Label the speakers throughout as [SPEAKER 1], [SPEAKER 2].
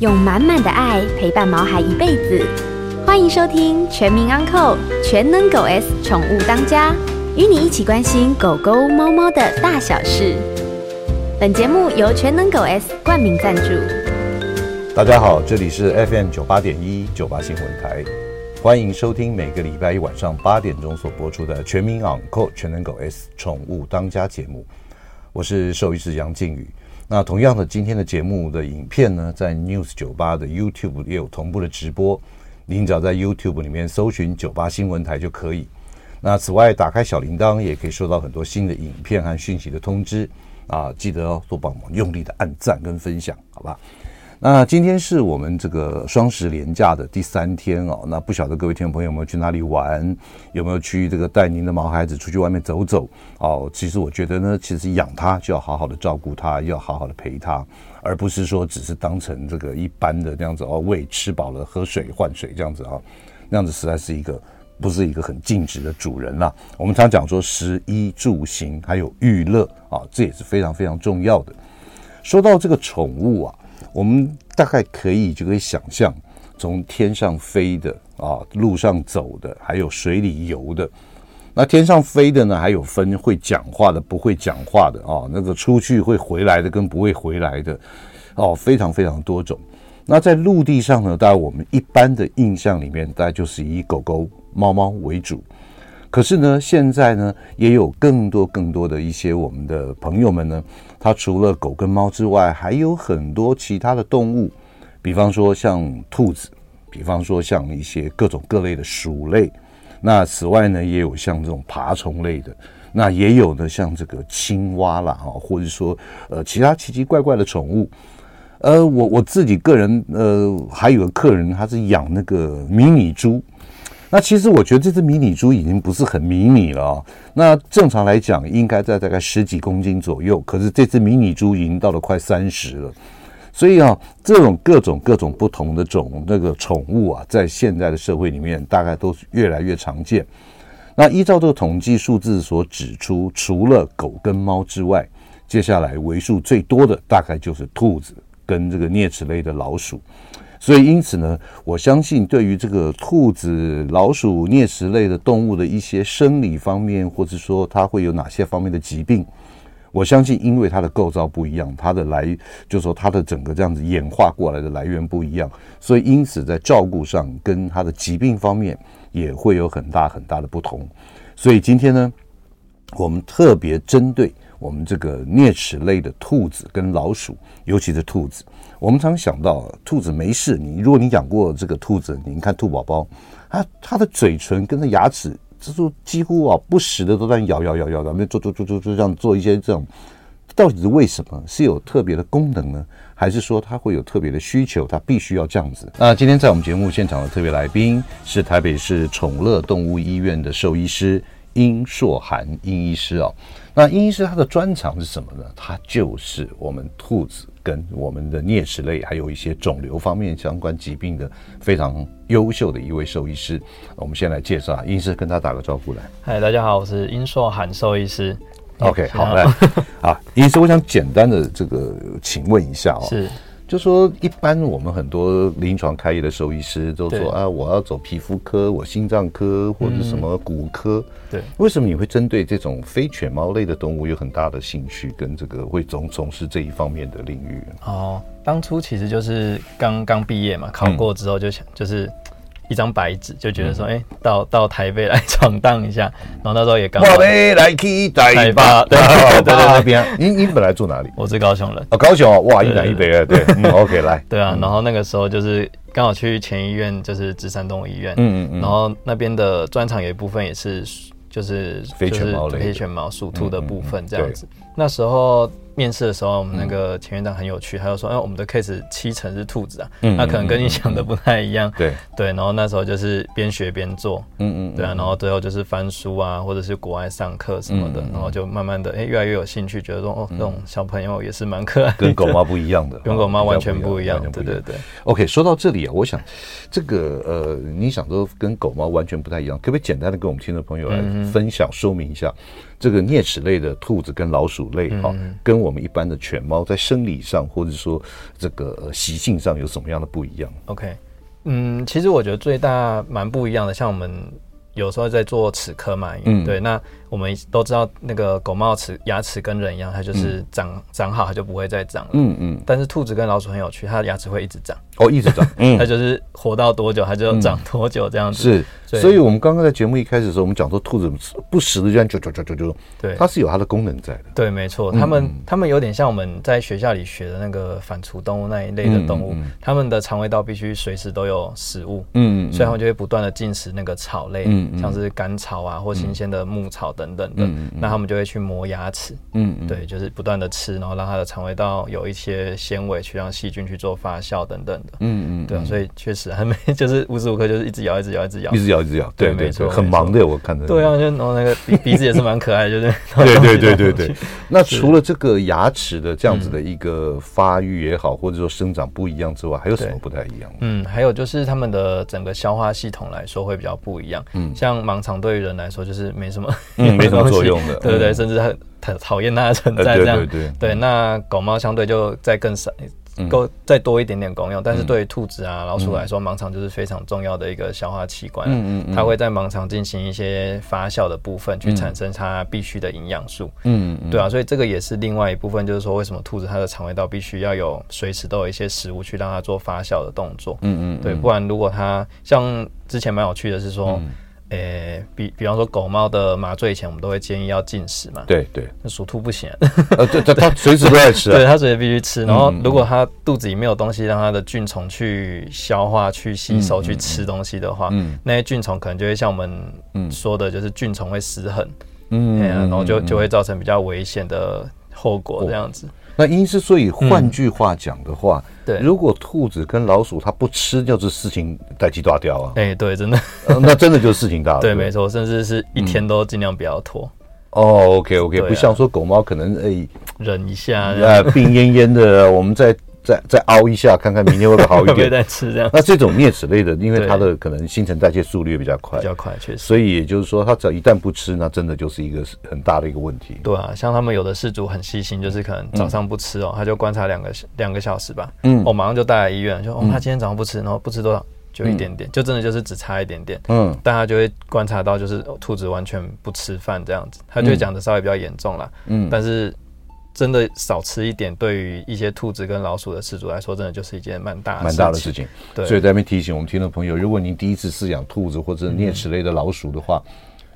[SPEAKER 1] 用满满的爱陪伴毛孩一辈子。欢迎收听《全民安扣全能狗 S 宠物当家》，与你一起关心狗狗、猫猫的大小事。本节目由全能狗 S 冠名赞助。
[SPEAKER 2] 大家好，这里是 FM 九八点一九八新闻台，欢迎收听每个礼拜一晚上八点钟所播出的《全民昂扣全能狗 S 宠物当家》节目，我是兽医师杨靖宇。那同样的，今天的节目的影片呢，在 News 九八的 YouTube 也有同步的直播，您只要在 YouTube 里面搜寻九八新闻台就可以。那此外，打开小铃铛也可以收到很多新的影片和讯息的通知啊！记得哦，多帮忙用力的按赞跟分享，好吧？那今天是我们这个双十连假的第三天哦，那不晓得各位听众朋友有没有去哪里玩，有没有去这个带您的毛孩子出去外面走走哦？其实我觉得呢，其实养它就要好好的照顾它，要好好的陪它，而不是说只是当成这个一般的这样子哦，喂吃饱了喝水换水这样子啊、哦，那样子实在是一个不是一个很尽职的主人啦、我们常讲说食衣住行还有娱乐啊、这也是非常非常重要的。说到这个宠物啊，我们大概可以就可以想象，从天上飞的啊，路上走的，还有水里游的。那天上飞的呢，还有分会讲话的、不会讲话的啊，那个出去会回来的跟不会回来的，哦，非常非常多种。那在陆地上呢，大概我们一般的印象里面，大概就是以狗狗、猫猫为主。可是呢，现在呢，也有更多更多的一些我们的朋友们呢，他除了狗跟猫之外，还有很多其他的动物，比方说像兔子，比方说像一些各种各类的鼠类。那此外呢，也有像这种爬虫类的，那也有呢像这个青蛙啦，哈，或者说呃其他奇奇怪怪的宠物。呃，我我自己个人，呃，还有个客人他是养那个迷你猪，那其实我觉得这只迷你猪已经不是很迷你了、哦。那正常来讲，应该在大概十几公斤左右，可是这只迷你猪已经到了快三十了。所以啊，这种各种各种不同的种那个宠物啊，在现在的社会里面，大概都是越来越常见。那依照这个统计数字所指出，除了狗跟猫之外，接下来为数最多的大概就是兔子跟这个啮齿类的老鼠。所以因此呢，我相信对于这个兔子、老鼠、啮齿类的动物的一些生理方面，或者说它会有哪些方面的疾病，我相信因为它的构造不一样，它的来就是说它的整个这样子演化过来的来源不一样，所以因此在照顾上跟它的疾病方面也会有很大很大的不同。所以今天呢，我们特别针对我们这个啮齿类的兔子跟老鼠，尤其是兔子，我们常想到兔子没事，你如果你养过这个兔子，你看兔宝宝，它它的嘴唇跟它牙齿，这都几乎啊不时的都在咬咬咬咬，咱们做做做做做这样做一些这种，到底是为什么？是有特别的功能呢，还是说它会有特别的需求，它必须要这样子？那呃今天在我们节目现场的特别来宾是台北市宠乐动物医院的兽医师殷硕涵殷医师哦。那殷医师他的专长是什么呢？他就是我们兔子跟我们的啮齿类，还有一些肿瘤方面相关疾病的非常优秀的一位兽医师。我们先来介绍啊，殷医师跟他打个招呼来。
[SPEAKER 3] 嗨，大家好，我是殷硕涵兽医师。哎
[SPEAKER 2] OK，好，
[SPEAKER 3] 的，
[SPEAKER 2] 来啊，医生，我想简单的这个请问一下哦，
[SPEAKER 3] 是
[SPEAKER 2] 就说一般我们很多临床开业的兽医师都
[SPEAKER 3] 对
[SPEAKER 2] 说啊，我要走皮肤科，我心脏科或者什么骨科，
[SPEAKER 3] 嗯对
[SPEAKER 2] 为什么你会针对这种非犬猫类的动物有很大的兴趣，跟这个会从从事这一方面的领域？
[SPEAKER 3] 哦。当初其实就是刚刚毕业
[SPEAKER 2] 嗯
[SPEAKER 3] 嘛，考过之后就想、就是一张白纸，就觉得
[SPEAKER 2] 嗯
[SPEAKER 3] 说，哎、到到台北来闯荡一下。然后那时候也刚好，
[SPEAKER 2] 们来去台
[SPEAKER 3] 台巴对对对对
[SPEAKER 2] 那 边，你你本来住哪里？
[SPEAKER 3] 我是高雄人，
[SPEAKER 2] 啊，高雄哦，哇，一
[SPEAKER 3] 对
[SPEAKER 2] 南一北啊，对嗯，OK，来，
[SPEAKER 3] 对啊。然后那个时候就是刚好去前医院，就是芝山动物医院，
[SPEAKER 2] 嗯嗯
[SPEAKER 3] 然后那边的专场有一部分也是就是
[SPEAKER 2] 非犬猫类的
[SPEAKER 3] 就是非犬猫属兔的部分这样子。
[SPEAKER 2] 嗯
[SPEAKER 3] 那时候面试的时候，我们那个前院长很有趣，他就说：“哎，我们的 case 七成是兔子啊，
[SPEAKER 2] 嗯
[SPEAKER 3] 那可能跟你想的不太一样。
[SPEAKER 2] 对，
[SPEAKER 3] 对，然后那时候就是边学边做，
[SPEAKER 2] 嗯嗯，
[SPEAKER 3] 对啊，然后最后就是翻书啊，或者是国外上课
[SPEAKER 2] 嗯
[SPEAKER 3] 什么的，然后就慢慢的哎、越来越有兴趣，觉得说哦，这种小朋友也是蛮可爱的，
[SPEAKER 2] 跟狗猫不一样的，
[SPEAKER 3] 跟狗猫完 全
[SPEAKER 2] 比较
[SPEAKER 3] 不一样
[SPEAKER 2] 完，全
[SPEAKER 3] 对
[SPEAKER 2] 不一
[SPEAKER 3] 对对。
[SPEAKER 2] OK，说到这里啊，我想这个呃，你想说跟狗猫完全不太一样，可不可以简单的跟我们听众朋友来分享、说明一下？这个啮齿类的兔子跟老鼠类哈、
[SPEAKER 3] 嗯
[SPEAKER 2] 跟我们一般的犬猫在生理上或者说这个呃习性上有什么样的不一样？
[SPEAKER 3] OK，嗯，其实我觉得最大蛮不一样的，像我们有时候在做齿科嘛，
[SPEAKER 2] 嗯
[SPEAKER 3] 对，那我们都知道那个狗猫齿牙齿跟人一样，它就是长、长好它就不会再长了。
[SPEAKER 2] 嗯嗯，
[SPEAKER 3] 但是兔子跟老鼠很有趣，它的牙齿会一直长，
[SPEAKER 2] 哦，一直 长，嗯
[SPEAKER 3] 它，就是活到多久它就长多久这样子。
[SPEAKER 2] 是，
[SPEAKER 3] 对
[SPEAKER 2] 所以我们刚刚在节目一开始的时候，我们讲说兔子不时的就这样啾啾啾啾啾，
[SPEAKER 3] 对，
[SPEAKER 2] 它嗯是有它的功能在的。
[SPEAKER 3] 对，没错，他们、他们有点像我们在学校里学的那个反刍动物那一类
[SPEAKER 2] 嗯
[SPEAKER 3] 的动物，他们的肠胃道必须随时都有食物，
[SPEAKER 2] 嗯
[SPEAKER 3] 所以他们就会不断的进食那个草类，
[SPEAKER 2] 嗯嗯
[SPEAKER 3] 像是甘草啊或新鲜的牧草等等的，那他们就会去磨牙齿，
[SPEAKER 2] 嗯嗯，
[SPEAKER 3] 对，就是不断的吃，然后让它的肠胃道有一些纤维去让细菌去做发酵等等的，
[SPEAKER 2] 嗯嗯，
[SPEAKER 3] 对啊，所以确实还没 就是无时无刻就是一直咬一直咬一直咬
[SPEAKER 2] 一。直咬一直咬，对
[SPEAKER 3] 对
[SPEAKER 2] 对
[SPEAKER 3] 没错
[SPEAKER 2] 对，
[SPEAKER 3] 没
[SPEAKER 2] 很
[SPEAKER 3] 错
[SPEAKER 2] 忙的，我看着。
[SPEAKER 3] 对啊，就然后那个鼻鼻子也是蛮可爱 的，就是
[SPEAKER 2] 对对对对
[SPEAKER 3] 动
[SPEAKER 2] 对
[SPEAKER 3] 来动去。
[SPEAKER 2] 那除了这个牙齿的这样子的一个发育也好，或者说生长不一样之外，还有什么
[SPEAKER 3] 对
[SPEAKER 2] 不太一样？
[SPEAKER 3] 嗯，还有就是他们的整个消化系统来说会比较不一样。嗯，像盲肠对于人来说就是没什么，
[SPEAKER 2] 嗯没什么
[SPEAKER 3] 东西
[SPEAKER 2] 作用的
[SPEAKER 3] 对对对，
[SPEAKER 2] 嗯
[SPEAKER 3] 甚至很很讨厌它的存
[SPEAKER 2] 呃
[SPEAKER 3] 在
[SPEAKER 2] 对
[SPEAKER 3] 这样。
[SPEAKER 2] 对对嗯
[SPEAKER 3] 那狗猫相对就再更少。够再多一点点功用，但是对于兔子啊、老鼠来说，盲肠就是非常重要的一个消化器官啊、
[SPEAKER 2] 嗯嗯嗯
[SPEAKER 3] 它会在盲肠进行一些发酵的部分，去产生它必须的营养素。
[SPEAKER 2] 嗯嗯
[SPEAKER 3] 对啊，所以这个也是另外一部分，就是说为什么兔子它的肠胃道必须要有随时都有一些食物去让它做发酵的动作。
[SPEAKER 2] 嗯嗯，嗯
[SPEAKER 3] 对，不然如果它像之前蛮有趣的是说，诶、比比方说狗猫的麻醉前，我们都会建议要进食嘛。，
[SPEAKER 2] 对对，
[SPEAKER 3] 那属兔不行啊、
[SPEAKER 2] 呃，对对，它随时都在吃
[SPEAKER 3] 对，
[SPEAKER 2] 啊。嗯
[SPEAKER 3] 它所以必须吃。然后如果它肚子里没有东西让它的菌虫去消
[SPEAKER 2] 嗯
[SPEAKER 3] 化、去吸收、去吃东西的话，那些菌虫可能就会像我们说的，就是菌虫会失衡，
[SPEAKER 2] 嗯哦
[SPEAKER 3] 哎呀然后就就会造成比较危险的后果这样子。
[SPEAKER 2] 那因之所以，换句话讲的话，
[SPEAKER 3] 嗯对
[SPEAKER 2] 如果兔子跟老鼠它不吃，就是事情大鸡大掉啊，
[SPEAKER 3] 哎、对，真的，
[SPEAKER 2] 呃那真的就是事情大了。
[SPEAKER 3] 对，
[SPEAKER 2] 不
[SPEAKER 3] 没错，甚至是一天
[SPEAKER 2] 嗯
[SPEAKER 3] 都尽量不要拖，
[SPEAKER 2] 哦，OK OK，
[SPEAKER 3] 对啊
[SPEAKER 2] 不像说狗猫可能哎
[SPEAKER 3] 忍一下，这样
[SPEAKER 2] 呃病恹恹的， 我们再再再熬一下，看看明天会不会 好
[SPEAKER 3] 会
[SPEAKER 2] 一
[SPEAKER 3] 不会
[SPEAKER 2] 点。
[SPEAKER 3] 再吃这样？
[SPEAKER 2] 那这种啮齿类的，因为
[SPEAKER 3] 对
[SPEAKER 2] 它的可能新陈代谢速率比较快
[SPEAKER 3] 比，较快，确实。
[SPEAKER 2] 所以也就是说，它只要一旦不吃，那真的就是一个很大的一个问题。
[SPEAKER 3] 对啊，像他们有的事主很细心，就是可能早上不吃哦，他就观察两个两个小时吧，
[SPEAKER 2] 嗯
[SPEAKER 3] 我、马上就带来医院，就哦，他今天早上不吃，然后不吃多少，就一点点，就真的就是只差一点点，
[SPEAKER 2] 嗯
[SPEAKER 3] 但他就会观察到，就是哦兔子完全不吃饭这样子，他就会讲的稍微比较严重啦，
[SPEAKER 2] 嗯，
[SPEAKER 3] 但是真的少吃一点，对于一些兔子跟老鼠的事主来说，真的就是一件蛮大
[SPEAKER 2] 蛮大的事
[SPEAKER 3] 情，
[SPEAKER 2] 情。
[SPEAKER 3] 对
[SPEAKER 2] 所以在那边提醒我们听众朋友，如果您第一次饲养兔子或者啮齿类的老鼠的话，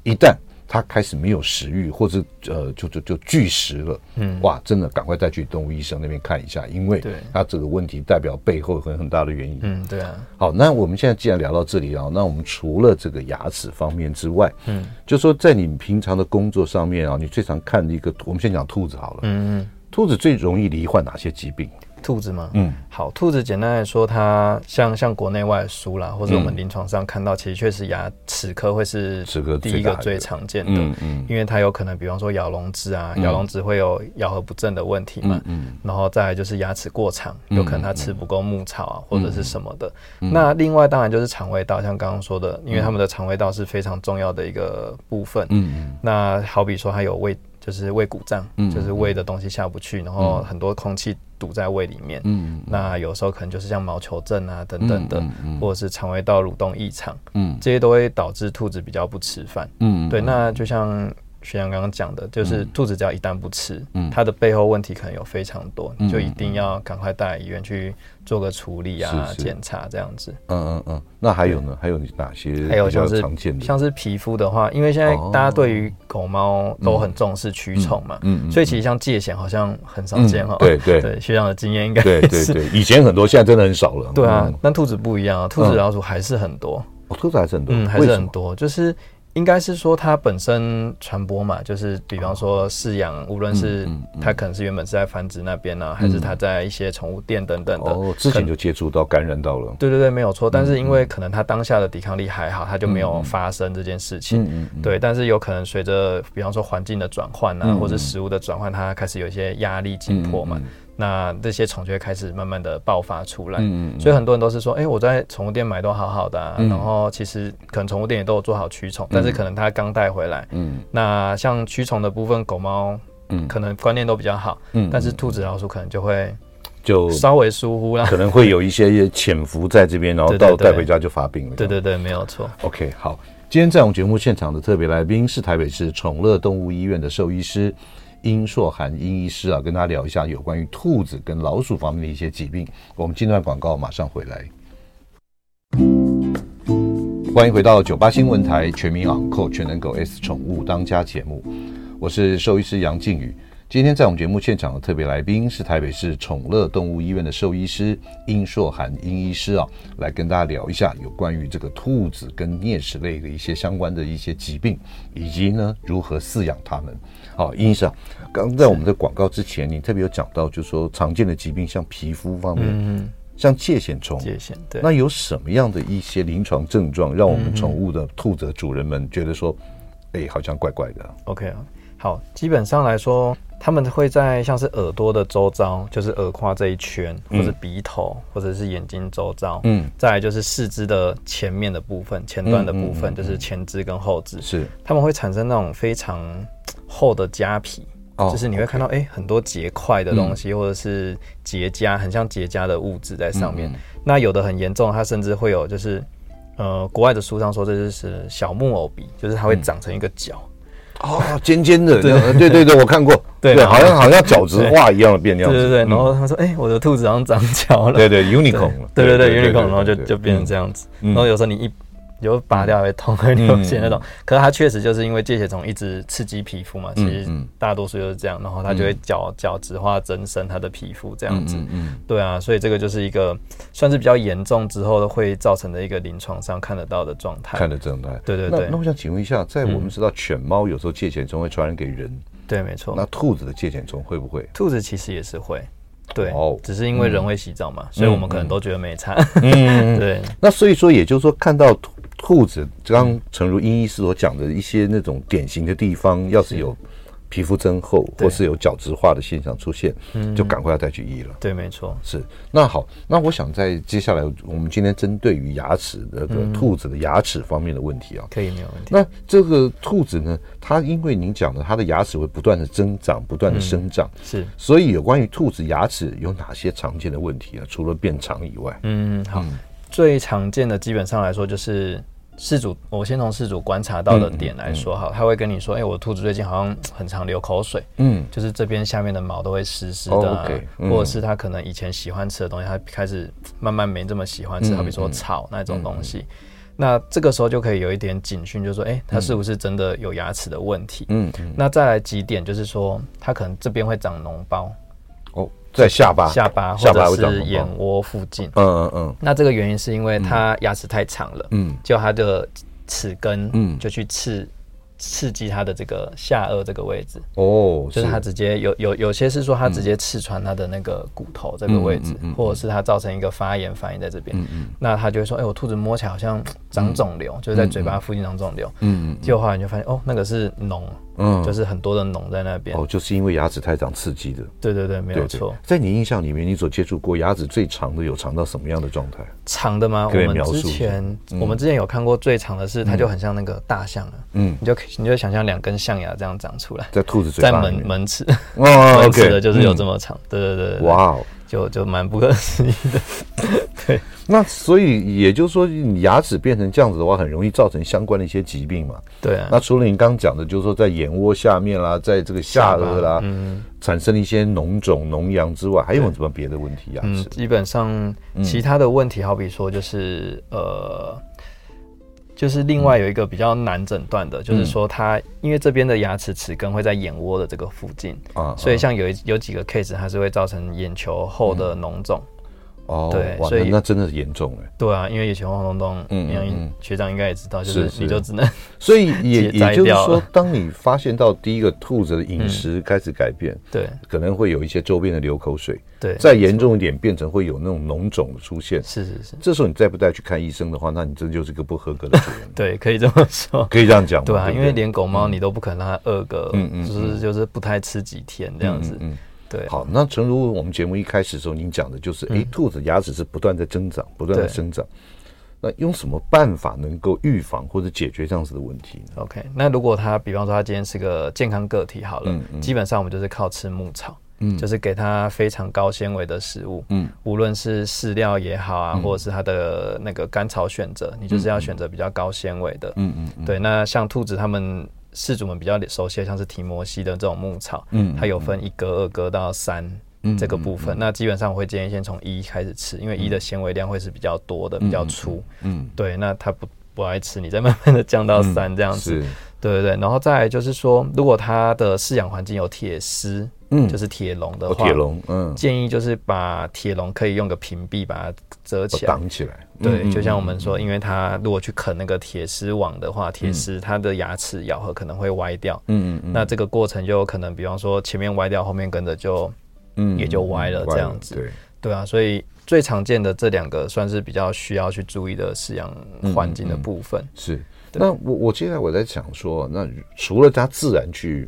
[SPEAKER 2] 一旦它开始没有食欲，或者呃，就就就拒食了，嗯，哇，真的赶快再去动物医生那边看一下，因为
[SPEAKER 3] 对
[SPEAKER 2] 它这个问题代表背后很很大的原因。
[SPEAKER 3] 嗯，对啊，
[SPEAKER 2] 好，那我们现在既然聊到这里啊，那我们除了这个牙齿方面之外，嗯，就说在你平常的工作上面啊，你最常看的一个，我们先讲兔子好了，
[SPEAKER 3] 嗯嗯。
[SPEAKER 2] 兔子最容易罹患哪些疾病？
[SPEAKER 3] 兔子吗？
[SPEAKER 2] 嗯，
[SPEAKER 3] 好，兔子简单来说，它像像国内外的书
[SPEAKER 2] 嗯
[SPEAKER 3] 啦，或者我们临床上看到，其实确实牙齿科会是
[SPEAKER 2] 齿科
[SPEAKER 3] 第
[SPEAKER 2] 最
[SPEAKER 3] 一
[SPEAKER 2] 大
[SPEAKER 3] 个
[SPEAKER 2] 的
[SPEAKER 3] 最常见的，
[SPEAKER 2] 嗯嗯
[SPEAKER 3] 因为它有可能，比方说咬笼子啊，咬笼子会有咬合不正的问题嘛，
[SPEAKER 2] 嗯
[SPEAKER 3] 然后再来就是牙齿过长，有可能它吃不够牧草啊、
[SPEAKER 2] 嗯
[SPEAKER 3] 或者是什么的。那另外当然就是肠胃道，像刚刚说的，因为他们的肠胃道是非常重要的一个部分，
[SPEAKER 2] 嗯
[SPEAKER 3] 那好比说它有胃，就是胃鼓胀，就是胃的东西下不去，然后很多空气堵在胃里面。
[SPEAKER 2] 嗯
[SPEAKER 3] 那有时候可能就是像毛球症啊等等的，
[SPEAKER 2] 嗯
[SPEAKER 3] 或者是肠胃道蠕动异常，
[SPEAKER 2] 嗯
[SPEAKER 3] 这些都会导致兔子比较不吃饭。
[SPEAKER 2] 嗯
[SPEAKER 3] 对，那就像学长刚刚讲的，就是兔子只要一旦不吃，
[SPEAKER 2] 嗯
[SPEAKER 3] 它的背后问题可能有非常多，
[SPEAKER 2] 嗯
[SPEAKER 3] 就一定要赶快带来医院去做个处理啊、
[SPEAKER 2] 是是
[SPEAKER 3] 检查这样子。
[SPEAKER 2] 嗯嗯嗯，那还有呢？还有哪些
[SPEAKER 3] 还有
[SPEAKER 2] 比较
[SPEAKER 3] 像是
[SPEAKER 2] 常见的？
[SPEAKER 3] 像是皮肤的话，因为现在
[SPEAKER 2] 哦嗯
[SPEAKER 3] 大家对于狗猫都很重视驱虫嘛，
[SPEAKER 2] 嗯嗯嗯
[SPEAKER 3] 所以其实像疥藓好像很少见哈、
[SPEAKER 2] 嗯对对
[SPEAKER 3] 对，学长的经验应该
[SPEAKER 2] 对对
[SPEAKER 3] 是
[SPEAKER 2] 对，以前很多，现在真的很少了。
[SPEAKER 3] 对啊
[SPEAKER 2] 嗯，，
[SPEAKER 3] 但兔子不一样啊，兔子
[SPEAKER 2] 嗯
[SPEAKER 3] 老鼠还是很多，
[SPEAKER 2] 哦兔子还是很多，
[SPEAKER 3] 嗯，还
[SPEAKER 2] 为
[SPEAKER 3] 是
[SPEAKER 2] 什
[SPEAKER 3] 很
[SPEAKER 2] 么？
[SPEAKER 3] 多，就是应该是说它本身传播嘛，就是比方说饲养，无论
[SPEAKER 2] 嗯
[SPEAKER 3] 是它可能是原本是在繁殖那边呢、啊，还是它在一些宠物店等等的，
[SPEAKER 2] 哦，嗯之
[SPEAKER 3] 可
[SPEAKER 2] 前
[SPEAKER 3] 能
[SPEAKER 2] 就接触到感染到了。
[SPEAKER 3] 对对对，没有错。但是因为可能它当下的抵抗力还好，它就没有发生这件事情。
[SPEAKER 2] 嗯嗯
[SPEAKER 3] 对，但是有可能随着比方说环境的转换啊，或者食物的转换，它开始有一些压力紧迫嘛。那这些虫就会开始慢慢的爆发出来。
[SPEAKER 2] 嗯嗯嗯
[SPEAKER 3] 所以很多人都是说，哎、我在宠物店买都好好的、啊，
[SPEAKER 2] 嗯
[SPEAKER 3] 然后其实可能宠物店也都有做好驱虫，但是可能它刚带回来。
[SPEAKER 2] 嗯
[SPEAKER 3] 那像驱虫的部分，狗猫
[SPEAKER 2] 嗯
[SPEAKER 3] 可能观念都比较好，
[SPEAKER 2] 嗯
[SPEAKER 3] 但是兔子、老鼠可能就会
[SPEAKER 2] 就
[SPEAKER 3] 稍微疏忽啦。
[SPEAKER 2] 可能会有一些潜伏在这边，然后
[SPEAKER 3] 对对
[SPEAKER 2] 到
[SPEAKER 3] 对
[SPEAKER 2] 带回家就发病了。
[SPEAKER 3] 对对对，没有错。
[SPEAKER 2] OK，好，今天在我们节目现场的特别来宾是台北市宠乐动物医院的兽医师殷硕涵殷医师啊，跟他聊一下有关于兔子跟老鼠方面的一些疾病。我们进段广告，马上回来。欢迎回到九八新闻台《全民昂扣全能狗 S 宠物当家》节目，我是兽医师杨靖宇。今天在我们节目现场的特别来宾是台北市宠乐动物医院的兽医师殷硕涵殷医师啊，来跟大家聊一下有关于这个兔子跟啮齿类的一些相关的一些疾病，以及呢如何饲养它们。好，殷医师啊，刚在我们的广告之前，你特别有讲到，就是说常见的疾病像皮肤方面，
[SPEAKER 3] 嗯，
[SPEAKER 2] 像疥藓虫，
[SPEAKER 3] 界限对。
[SPEAKER 2] 那有什么样的一些临床症状，让我们宠物的兔子的主人们觉得说，
[SPEAKER 3] 嗯
[SPEAKER 2] 哎、好像怪怪的啊、
[SPEAKER 3] OK 啊，好，基本上来说，他们会在像是耳朵的周遭，就是耳廓这一圈，或者鼻头，或者是眼睛周遭，
[SPEAKER 2] 嗯，
[SPEAKER 3] 再来就是四肢的前面的部分，前段的部
[SPEAKER 2] 嗯
[SPEAKER 3] 分，就是前肢跟后肢，
[SPEAKER 2] 是
[SPEAKER 3] 他们会产生那种非常厚的痂皮。
[SPEAKER 2] 哦嗯
[SPEAKER 3] 就是你会看到哎、诶很多结块的东西，或者是结痂，很像结痂的物质在上
[SPEAKER 2] 嗯
[SPEAKER 3] 面。那有的很严重，它甚至会有就是，呃，国外的书上说这就是小木偶鼻，就是它会
[SPEAKER 2] 嗯
[SPEAKER 3] 长成一个角，
[SPEAKER 2] 哦，尖尖的，对对对对，我看过，
[SPEAKER 3] 对
[SPEAKER 2] 好像好像角质
[SPEAKER 3] 对
[SPEAKER 2] 化一样的变样子，
[SPEAKER 3] 对对对，
[SPEAKER 2] 嗯
[SPEAKER 3] 然后他说：“哎、我的兔子好像长脚了。”
[SPEAKER 2] 对对 unicorn 了，
[SPEAKER 3] 对对对，unicorn，然后就就变成这
[SPEAKER 2] 样，
[SPEAKER 3] 样子。
[SPEAKER 2] 嗯
[SPEAKER 3] 然后有时候你一有拔掉会痛，会流血那种。可是它确实就是因为疥血虫一直刺激皮肤嘛，其实
[SPEAKER 2] 嗯
[SPEAKER 3] 大多数就是这样，然后它就会角角质化增生它的皮肤这样子。
[SPEAKER 2] 嗯嗯
[SPEAKER 3] 对啊，所以这个就是一个算是比较严重之后会造成的一个临床上看得到的状态。
[SPEAKER 2] 看得真的。
[SPEAKER 3] 对对嗯
[SPEAKER 2] 那
[SPEAKER 3] 对
[SPEAKER 2] 那我想请问一下，在我们知道犬猫有时候疥藓虫会传染给人，
[SPEAKER 3] 对，没错。
[SPEAKER 2] 那兔子的疥藓虫会不会？
[SPEAKER 3] 兔子其实也是会，对，
[SPEAKER 2] 哦嗯
[SPEAKER 3] 只是因为人会洗澡嘛，所以我们可能都觉得没差。 对。
[SPEAKER 2] 那所以说，也就是说，看到兔兔子，刚刚诚如殷医师所讲的一些那种典型的地方，要是有皮肤增厚
[SPEAKER 3] 对
[SPEAKER 2] 或
[SPEAKER 3] 嗯
[SPEAKER 2] 是有角质化的现象出现，就赶快要带去医了。
[SPEAKER 3] 对，没错。
[SPEAKER 2] 是，那好，那我想在接下来，我们今天针对于牙齿那个
[SPEAKER 3] 嗯
[SPEAKER 2] 兔子的牙齿方面的问题啊，
[SPEAKER 3] 可以，没有问题。
[SPEAKER 2] 那这个兔子呢，它因为您讲的，它的牙齿会不断的增长，不断的生长，
[SPEAKER 3] 是，
[SPEAKER 2] 所以有关于兔子牙齿有哪些常见的问题啊？除了变长以外，
[SPEAKER 3] 嗯，好。最常见的基本上来说就是事主，我先从事主观察到的
[SPEAKER 2] 嗯
[SPEAKER 3] 点来说哈，他会跟你说，哎、我兔子最近好像很常流口水，
[SPEAKER 2] 嗯，
[SPEAKER 3] 就是这边下面的毛都会湿湿的、
[SPEAKER 2] 哦
[SPEAKER 3] 啊
[SPEAKER 2] ，OK，嗯
[SPEAKER 3] 或者是他可能以前喜欢吃的东西，他开始慢慢没这么喜欢吃，
[SPEAKER 2] 嗯
[SPEAKER 3] 好比说草那种东西。那这个时候就可以有一点警讯，就是说，哎、他是不是真的有牙齿的问题？
[SPEAKER 2] 嗯嗯，
[SPEAKER 3] 那再来几点，就是说，他可能这边会长脓包，
[SPEAKER 2] 哦，在下巴，
[SPEAKER 3] 下巴或
[SPEAKER 2] 下巴
[SPEAKER 3] 者
[SPEAKER 2] 会长脓
[SPEAKER 3] 是
[SPEAKER 2] 包
[SPEAKER 3] 眼窝附近，
[SPEAKER 2] 嗯嗯
[SPEAKER 3] 那这个原因是因为它牙齿太长了，
[SPEAKER 2] 嗯
[SPEAKER 3] 就它的齿
[SPEAKER 2] 嗯
[SPEAKER 3] 根就去刺、刺激它的这个下颚这个位置，
[SPEAKER 2] 嗯，哦，
[SPEAKER 3] 就是它直接有有有些是说它直接刺穿它的那个骨头这个位置，
[SPEAKER 2] 嗯嗯嗯嗯嗯
[SPEAKER 3] 或者是它造成一个发炎反应在这边，
[SPEAKER 2] 嗯嗯
[SPEAKER 3] 那它就会说，哎、我兔子摸起来好像长肿瘤，就是在嘴巴附近长肿瘤。
[SPEAKER 2] 嗯
[SPEAKER 3] 结果后来你就发现，哦，那个是脓，
[SPEAKER 2] 嗯
[SPEAKER 3] 就是很多的脓在那边。
[SPEAKER 2] 哦，就是因为牙齿太长刺激的，
[SPEAKER 3] 对对对，没有
[SPEAKER 2] 对对
[SPEAKER 3] 错。
[SPEAKER 2] 在你印象里面，你所接触过牙齿最长的有长到什么样的状态？
[SPEAKER 3] 长的吗？
[SPEAKER 2] 可
[SPEAKER 3] 我
[SPEAKER 2] 以
[SPEAKER 3] 们
[SPEAKER 2] 描述
[SPEAKER 3] 之
[SPEAKER 2] 一下
[SPEAKER 3] 前我们之前有看过最长的是，它就很像那个大象啊，
[SPEAKER 2] 嗯，
[SPEAKER 3] 你就可以你就想象两根象牙这样长出来，
[SPEAKER 2] 在兔子嘴
[SPEAKER 3] 在
[SPEAKER 2] 巴
[SPEAKER 3] 门
[SPEAKER 2] 里面。
[SPEAKER 3] 门齿
[SPEAKER 2] 哦
[SPEAKER 3] 门齿的就是有这
[SPEAKER 2] 么
[SPEAKER 3] 么长，对对对对
[SPEAKER 2] 嗯
[SPEAKER 3] 对，
[SPEAKER 2] 哇哦。
[SPEAKER 3] 就就蛮不可思议 的，
[SPEAKER 2] 那所以也就是说，你牙齿变成这样子的话，很容易造成相关的一些疾病嘛。
[SPEAKER 3] 对啊
[SPEAKER 2] 那，除了您刚讲的，就是说在眼窝下面啦，在这个下颚啦，
[SPEAKER 3] 嗯
[SPEAKER 2] 产生一些脓肿、脓疡之外，还有没有什么别的问题？牙
[SPEAKER 3] 嗯
[SPEAKER 2] 齿，
[SPEAKER 3] 基本上
[SPEAKER 2] 嗯
[SPEAKER 3] 其他的问题，好比说就是呃。就是另外有一个比较难诊断的，就是说它
[SPEAKER 2] 嗯
[SPEAKER 3] 因为这边的牙齿齿根会在眼窝的这个附近，
[SPEAKER 2] 啊
[SPEAKER 3] 所以像有一有几个 case 它是会造成眼球后的脓肿，
[SPEAKER 2] 哦，
[SPEAKER 3] 对
[SPEAKER 2] 哇，
[SPEAKER 3] 所
[SPEAKER 2] 那
[SPEAKER 3] 以
[SPEAKER 2] 那真的是严重哎。
[SPEAKER 3] 对啊，因为以前黄东东，
[SPEAKER 2] 嗯
[SPEAKER 3] 杨
[SPEAKER 2] 嗯嗯
[SPEAKER 3] 英学长应该也知道，就是是
[SPEAKER 2] 是
[SPEAKER 3] 你就只能
[SPEAKER 2] 所以也
[SPEAKER 3] 解摘
[SPEAKER 2] 也就是
[SPEAKER 3] 掉嗯
[SPEAKER 2] 说
[SPEAKER 3] 了，
[SPEAKER 2] 当你发现到第一个兔子的饮食开始改变，
[SPEAKER 3] 对
[SPEAKER 2] 可能会有一些周边的流口水，
[SPEAKER 3] 对，
[SPEAKER 2] 再严重一点变成会有那种脓肿的出现。
[SPEAKER 3] 是是是，，
[SPEAKER 2] 这时候你再不带去看医生的话，那你真就是个不合格的主人
[SPEAKER 3] 对，可以这么 说，
[SPEAKER 2] 可以这样讲吗？
[SPEAKER 3] 对啊，
[SPEAKER 2] 不
[SPEAKER 3] 因为连狗猫你都不可能让它饿个
[SPEAKER 2] 嗯嗯嗯，
[SPEAKER 3] 就是就是不太吃几天这样子，
[SPEAKER 2] 嗯嗯嗯
[SPEAKER 3] 对
[SPEAKER 2] 好，那诚如我们节目一开始的时候您讲的，就是诶，兔子牙齿是不断的增长，不断的
[SPEAKER 3] 对
[SPEAKER 2] 生长。那用什么办法能够预防或者解决这样子的问题呢？
[SPEAKER 3] OK，那如果他比方说他今天是个健康个体好了，
[SPEAKER 2] 嗯嗯
[SPEAKER 3] 基本上我们就是靠吃牧草，就是给他非常高纤维的食物，
[SPEAKER 2] 嗯
[SPEAKER 3] 无论是饲料也好啊，或者是它的那个干草选择，你就是要选择比较高纤维的，
[SPEAKER 2] 嗯嗯嗯
[SPEAKER 3] 对，那像兔子它们饲主们比较熟悉的，像是提摩西的这种牧草，
[SPEAKER 2] 嗯
[SPEAKER 3] 它有分一格、二格到三。这个部分，那基本上我会建议先从一开始吃，因为一的纤维量会是比较多的，比较粗。
[SPEAKER 2] 嗯，
[SPEAKER 3] 对，那它不不爱吃，你再慢慢的降到三这样子。
[SPEAKER 2] 是
[SPEAKER 3] 对对对，然后再来就是说，如果它的饲养环境有铁丝，
[SPEAKER 2] 嗯
[SPEAKER 3] 就是铁笼的
[SPEAKER 2] 哦，
[SPEAKER 3] 话，
[SPEAKER 2] 铁笼，嗯，
[SPEAKER 3] 建议就是把铁笼可以用个屏蔽把它遮
[SPEAKER 2] 把
[SPEAKER 3] 起来。
[SPEAKER 2] 哦挡起来，
[SPEAKER 3] 对，
[SPEAKER 2] 嗯
[SPEAKER 3] 就像我们说，因为它如果去啃那个铁丝网的话，铁丝它的牙齿咬合可能会歪掉，
[SPEAKER 2] 嗯嗯嗯
[SPEAKER 3] 那这个过程就有可能，比方说前面歪掉，后面跟着就
[SPEAKER 2] 嗯
[SPEAKER 3] 也就歪了这样子
[SPEAKER 2] 对，
[SPEAKER 3] 对啊，所以最常见的这两个算是比较需要去注意的饲养
[SPEAKER 2] 嗯
[SPEAKER 3] 环境的部分。
[SPEAKER 2] 是。那我我接下来我在想说，那除了它自然去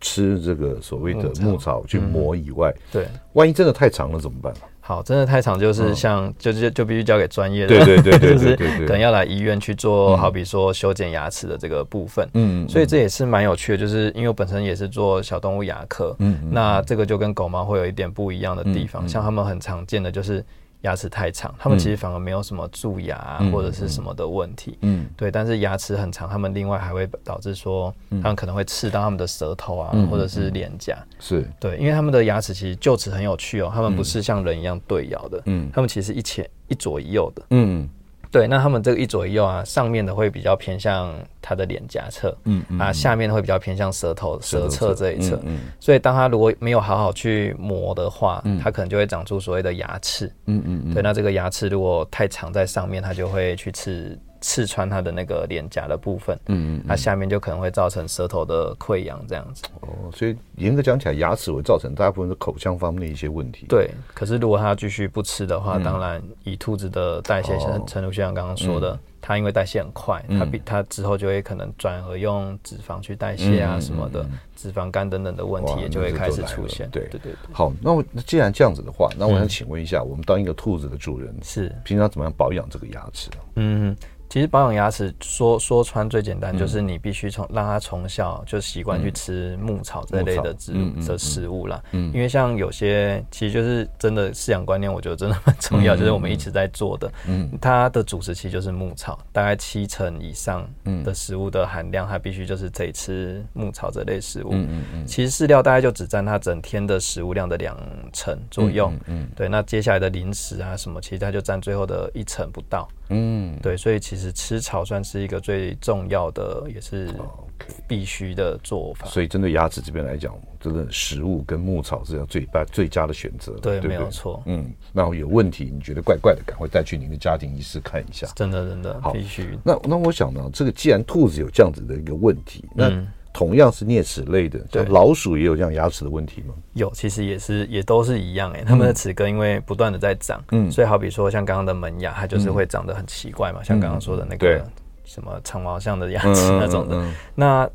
[SPEAKER 2] 吃这个所谓的
[SPEAKER 3] 牧草
[SPEAKER 2] 牧草嗯去磨以外，
[SPEAKER 3] 对，
[SPEAKER 2] 万一真的太长了怎么办？
[SPEAKER 3] 好，真的太长，就是像、就就就必须交给专业的，
[SPEAKER 2] 嗯对对对 对
[SPEAKER 3] 就
[SPEAKER 2] 对
[SPEAKER 3] 是
[SPEAKER 2] 对对
[SPEAKER 3] 可能要来医院去做，好比说修剪牙齿的这个部分。
[SPEAKER 2] 嗯
[SPEAKER 3] 所以这也是蛮有趣的，就是因为我本身也是做小动物牙科，
[SPEAKER 2] 嗯嗯
[SPEAKER 3] 那这个就跟狗猫会有一点不一样的地方，像他们很常见的就是牙齿太长，他们其实反而没有什么蛀牙、啊或者是什么的问题，
[SPEAKER 2] 嗯
[SPEAKER 3] 对，但是牙齿很长，他们另外还会导致说，
[SPEAKER 2] 嗯
[SPEAKER 3] 他们可能会刺到他们的舌头啊，或者是脸颊，
[SPEAKER 2] 是
[SPEAKER 3] 对，因为他们的牙齿其实臼齿很有趣哦，他们不是像人一样对咬的，
[SPEAKER 2] 嗯
[SPEAKER 3] 他们其实一前一左一右的。
[SPEAKER 2] 嗯
[SPEAKER 3] 对，那他们这个一左一右啊，上面的会比较偏向他的脸颊侧，
[SPEAKER 2] 嗯嗯
[SPEAKER 3] 啊，下面的会比较偏向舌头
[SPEAKER 2] 舌头
[SPEAKER 3] 舌侧这一侧。
[SPEAKER 2] 嗯嗯
[SPEAKER 3] 所以当它如果没有好好去磨的话，它可能就会长出所谓的牙刺。
[SPEAKER 2] 嗯嗯嗯
[SPEAKER 3] 对，那这个牙刺如果太长在上面，它就会去刺刺穿它的那个脸颊的部分，
[SPEAKER 2] 嗯嗯
[SPEAKER 3] 它下面就可能会造成舌头的溃疡这样子。
[SPEAKER 2] 哦，所以严格讲起来，牙齿会造成大部分的口腔方面的一些问题。
[SPEAKER 3] 对，可是如果它继续不吃的话，当然以兔子的代
[SPEAKER 2] 嗯
[SPEAKER 3] 谢，
[SPEAKER 2] 哦嗯
[SPEAKER 3] 像陈如学长刚刚说的，它因为代谢很快，它比它之后就会可能转而用脂肪去
[SPEAKER 2] 嗯
[SPEAKER 3] 代谢啊什么的，脂肪肝等等的问
[SPEAKER 2] 哇，
[SPEAKER 3] 题也就会
[SPEAKER 2] 那
[SPEAKER 3] 开始
[SPEAKER 2] 来
[SPEAKER 3] 出
[SPEAKER 2] 了
[SPEAKER 3] 现。
[SPEAKER 2] 对
[SPEAKER 3] 对对对，
[SPEAKER 2] 好，那我那既然这样子的话，那我想请问一下，我们当一个兔子的主人，
[SPEAKER 3] 是，
[SPEAKER 2] 平常怎么样保养这个牙齿啊？
[SPEAKER 3] 嗯。其实保养牙齿说说穿最简单，
[SPEAKER 2] 嗯
[SPEAKER 3] 就是你必须从让它从小就习惯去吃牧草这类的植
[SPEAKER 2] 嗯嗯嗯嗯
[SPEAKER 3] 的食物啦。因为像有些其实就是真的饲养观念，我觉得真的蛮重要，就是我们一直在做的。
[SPEAKER 2] 嗯
[SPEAKER 3] 它的主食其实就是牧草，大概七成以上
[SPEAKER 2] 嗯
[SPEAKER 3] 的食物的含量，它必须就是得吃牧草这类食物。
[SPEAKER 2] 嗯嗯嗯
[SPEAKER 3] 其实饲料大概就只占它整天的食物量的两成左右。
[SPEAKER 2] 嗯
[SPEAKER 3] 对，那接下来的零食啊什么，其实它就占最后的一成不到。
[SPEAKER 2] 嗯
[SPEAKER 3] 对，所以其实吃草算是一个最重要的，也是
[SPEAKER 2] 哦，OK。
[SPEAKER 3] 必须的做法。
[SPEAKER 2] 所以针对牙齿这边来讲，真的食物跟牧草是要最佳最佳的选择。
[SPEAKER 3] 对，
[SPEAKER 2] 不
[SPEAKER 3] 没有。错，
[SPEAKER 2] 嗯，那有问题你觉得怪怪的，赶快带去您的家庭医师看一下。
[SPEAKER 3] 真的真的
[SPEAKER 2] 好
[SPEAKER 3] 必须。
[SPEAKER 2] 那那我想呢，这个既然兔子有这样子的一个问题，那
[SPEAKER 3] 嗯
[SPEAKER 2] 同样是啮齿类的，像
[SPEAKER 3] 对
[SPEAKER 2] 老鼠也有这样牙齿的问题吗？
[SPEAKER 3] 有，其实也是也都是一样哎、欸，它们的齿根因为不断的在长，
[SPEAKER 2] 嗯
[SPEAKER 3] 所以好比说像刚刚的门牙，它就是会长得很奇怪嘛，像刚刚说的那
[SPEAKER 2] 嗯对
[SPEAKER 3] 个什么长毛象的牙齿那种的。
[SPEAKER 2] 嗯嗯嗯
[SPEAKER 3] 那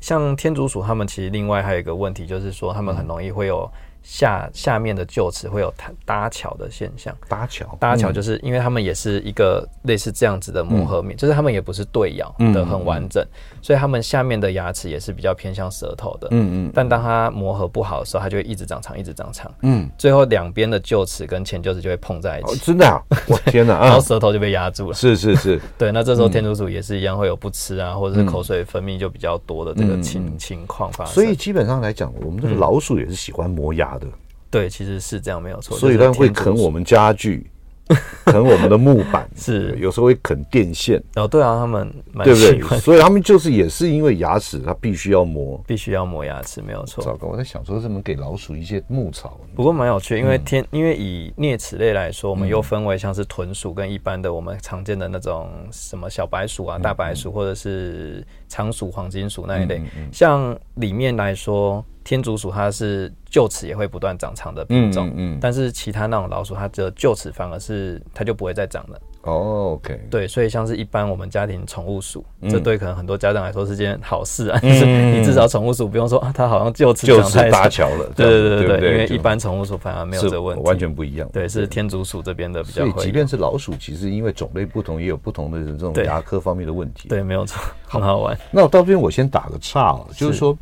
[SPEAKER 3] 像天竺鼠，它们其实另外还有一个问题，就是说它们
[SPEAKER 2] 嗯
[SPEAKER 3] 很容易会有下下面的臼齿会有搭搭桥的现象。
[SPEAKER 2] 搭桥，
[SPEAKER 3] 搭桥就是因为它们也是一个类似这样子的磨
[SPEAKER 2] 嗯
[SPEAKER 3] 合面，就是它们也不是对咬的很完整，所以它们下面的牙齿也是比较偏向舌头的。
[SPEAKER 2] 嗯嗯
[SPEAKER 3] 但当它磨合不好的时候，它就会一直长长，一直长长，
[SPEAKER 2] 嗯，
[SPEAKER 3] 最后两边的臼齿跟前臼齿就会碰在一
[SPEAKER 2] 哦，嗯
[SPEAKER 3] 起，
[SPEAKER 2] 真的 啊，我天哪
[SPEAKER 3] 然
[SPEAKER 2] 啊
[SPEAKER 3] 后，舌头就被压住了。
[SPEAKER 2] 是是 是，
[SPEAKER 3] 对，那这时候天竺鼠也是一样，会有不吃啊，或者
[SPEAKER 2] 嗯
[SPEAKER 3] 是口水分泌就比较多的这个情情况发生。
[SPEAKER 2] 所以基本上来讲，我
[SPEAKER 3] 嗯
[SPEAKER 2] 们这个老鼠也是喜欢磨牙的，
[SPEAKER 3] 对，其实是这样，没有错。
[SPEAKER 2] 所以
[SPEAKER 3] 就是
[SPEAKER 2] 它会
[SPEAKER 3] 天竺
[SPEAKER 2] 啃
[SPEAKER 3] 鼠
[SPEAKER 2] 我。们家具， 啃我们的木板，
[SPEAKER 3] 是
[SPEAKER 2] 有时候会啃电线，
[SPEAKER 3] 哦，对啊，他们蛮
[SPEAKER 2] 对不
[SPEAKER 3] 喜
[SPEAKER 2] 对？，
[SPEAKER 3] 欢
[SPEAKER 2] 所以他们就是也是因为牙齿，它必须要磨。
[SPEAKER 3] 必须要磨牙齿，没有错。
[SPEAKER 2] 糟糕，我在想说怎么给老鼠一些牧草，
[SPEAKER 3] 不过蛮有趣，因
[SPEAKER 2] 嗯
[SPEAKER 3] 为天，因为以啮齿类来说，我们又分为像是豚鼠跟一般的我们常见的那种什么小白鼠啊、
[SPEAKER 2] 嗯
[SPEAKER 3] 大
[SPEAKER 2] 嗯
[SPEAKER 3] 白鼠，或者是仓鼠、黄金鼠那一类。像里面来说，天竺鼠它是臼齿也会不断长长的品
[SPEAKER 2] 嗯
[SPEAKER 3] 种，
[SPEAKER 2] 嗯嗯
[SPEAKER 3] 但是其他那种老鼠，它只有臼齿反而是它就不会再长了。
[SPEAKER 2] 哦，OK，
[SPEAKER 3] 对，所以像是一般我们家庭宠物鼠，
[SPEAKER 2] 嗯
[SPEAKER 3] 这对可能很多家长来说是件好事啊，
[SPEAKER 2] 嗯
[SPEAKER 3] 就是你至少宠物鼠不用说啊，它好像臼齿
[SPEAKER 2] 就
[SPEAKER 3] 长
[SPEAKER 2] 是
[SPEAKER 3] 太
[SPEAKER 2] 搭
[SPEAKER 3] 长。
[SPEAKER 2] 桥了， 这
[SPEAKER 3] 对对
[SPEAKER 2] 样
[SPEAKER 3] 对
[SPEAKER 2] 对
[SPEAKER 3] 对
[SPEAKER 2] 不
[SPEAKER 3] 对，因为
[SPEAKER 2] 就
[SPEAKER 3] 一般宠物鼠反而没有
[SPEAKER 2] 是
[SPEAKER 3] 这个问题，
[SPEAKER 2] 完全不一样，
[SPEAKER 3] 对，是天竺鼠这边的比较
[SPEAKER 2] 所以
[SPEAKER 3] 会，
[SPEAKER 2] 即便是老鼠，其实因为种类不同，也有不同的这种
[SPEAKER 3] 对
[SPEAKER 2] 牙科方面的问题。
[SPEAKER 3] 对，没有错，很好玩。
[SPEAKER 2] 那我到这边我先打个岔哦，就是说，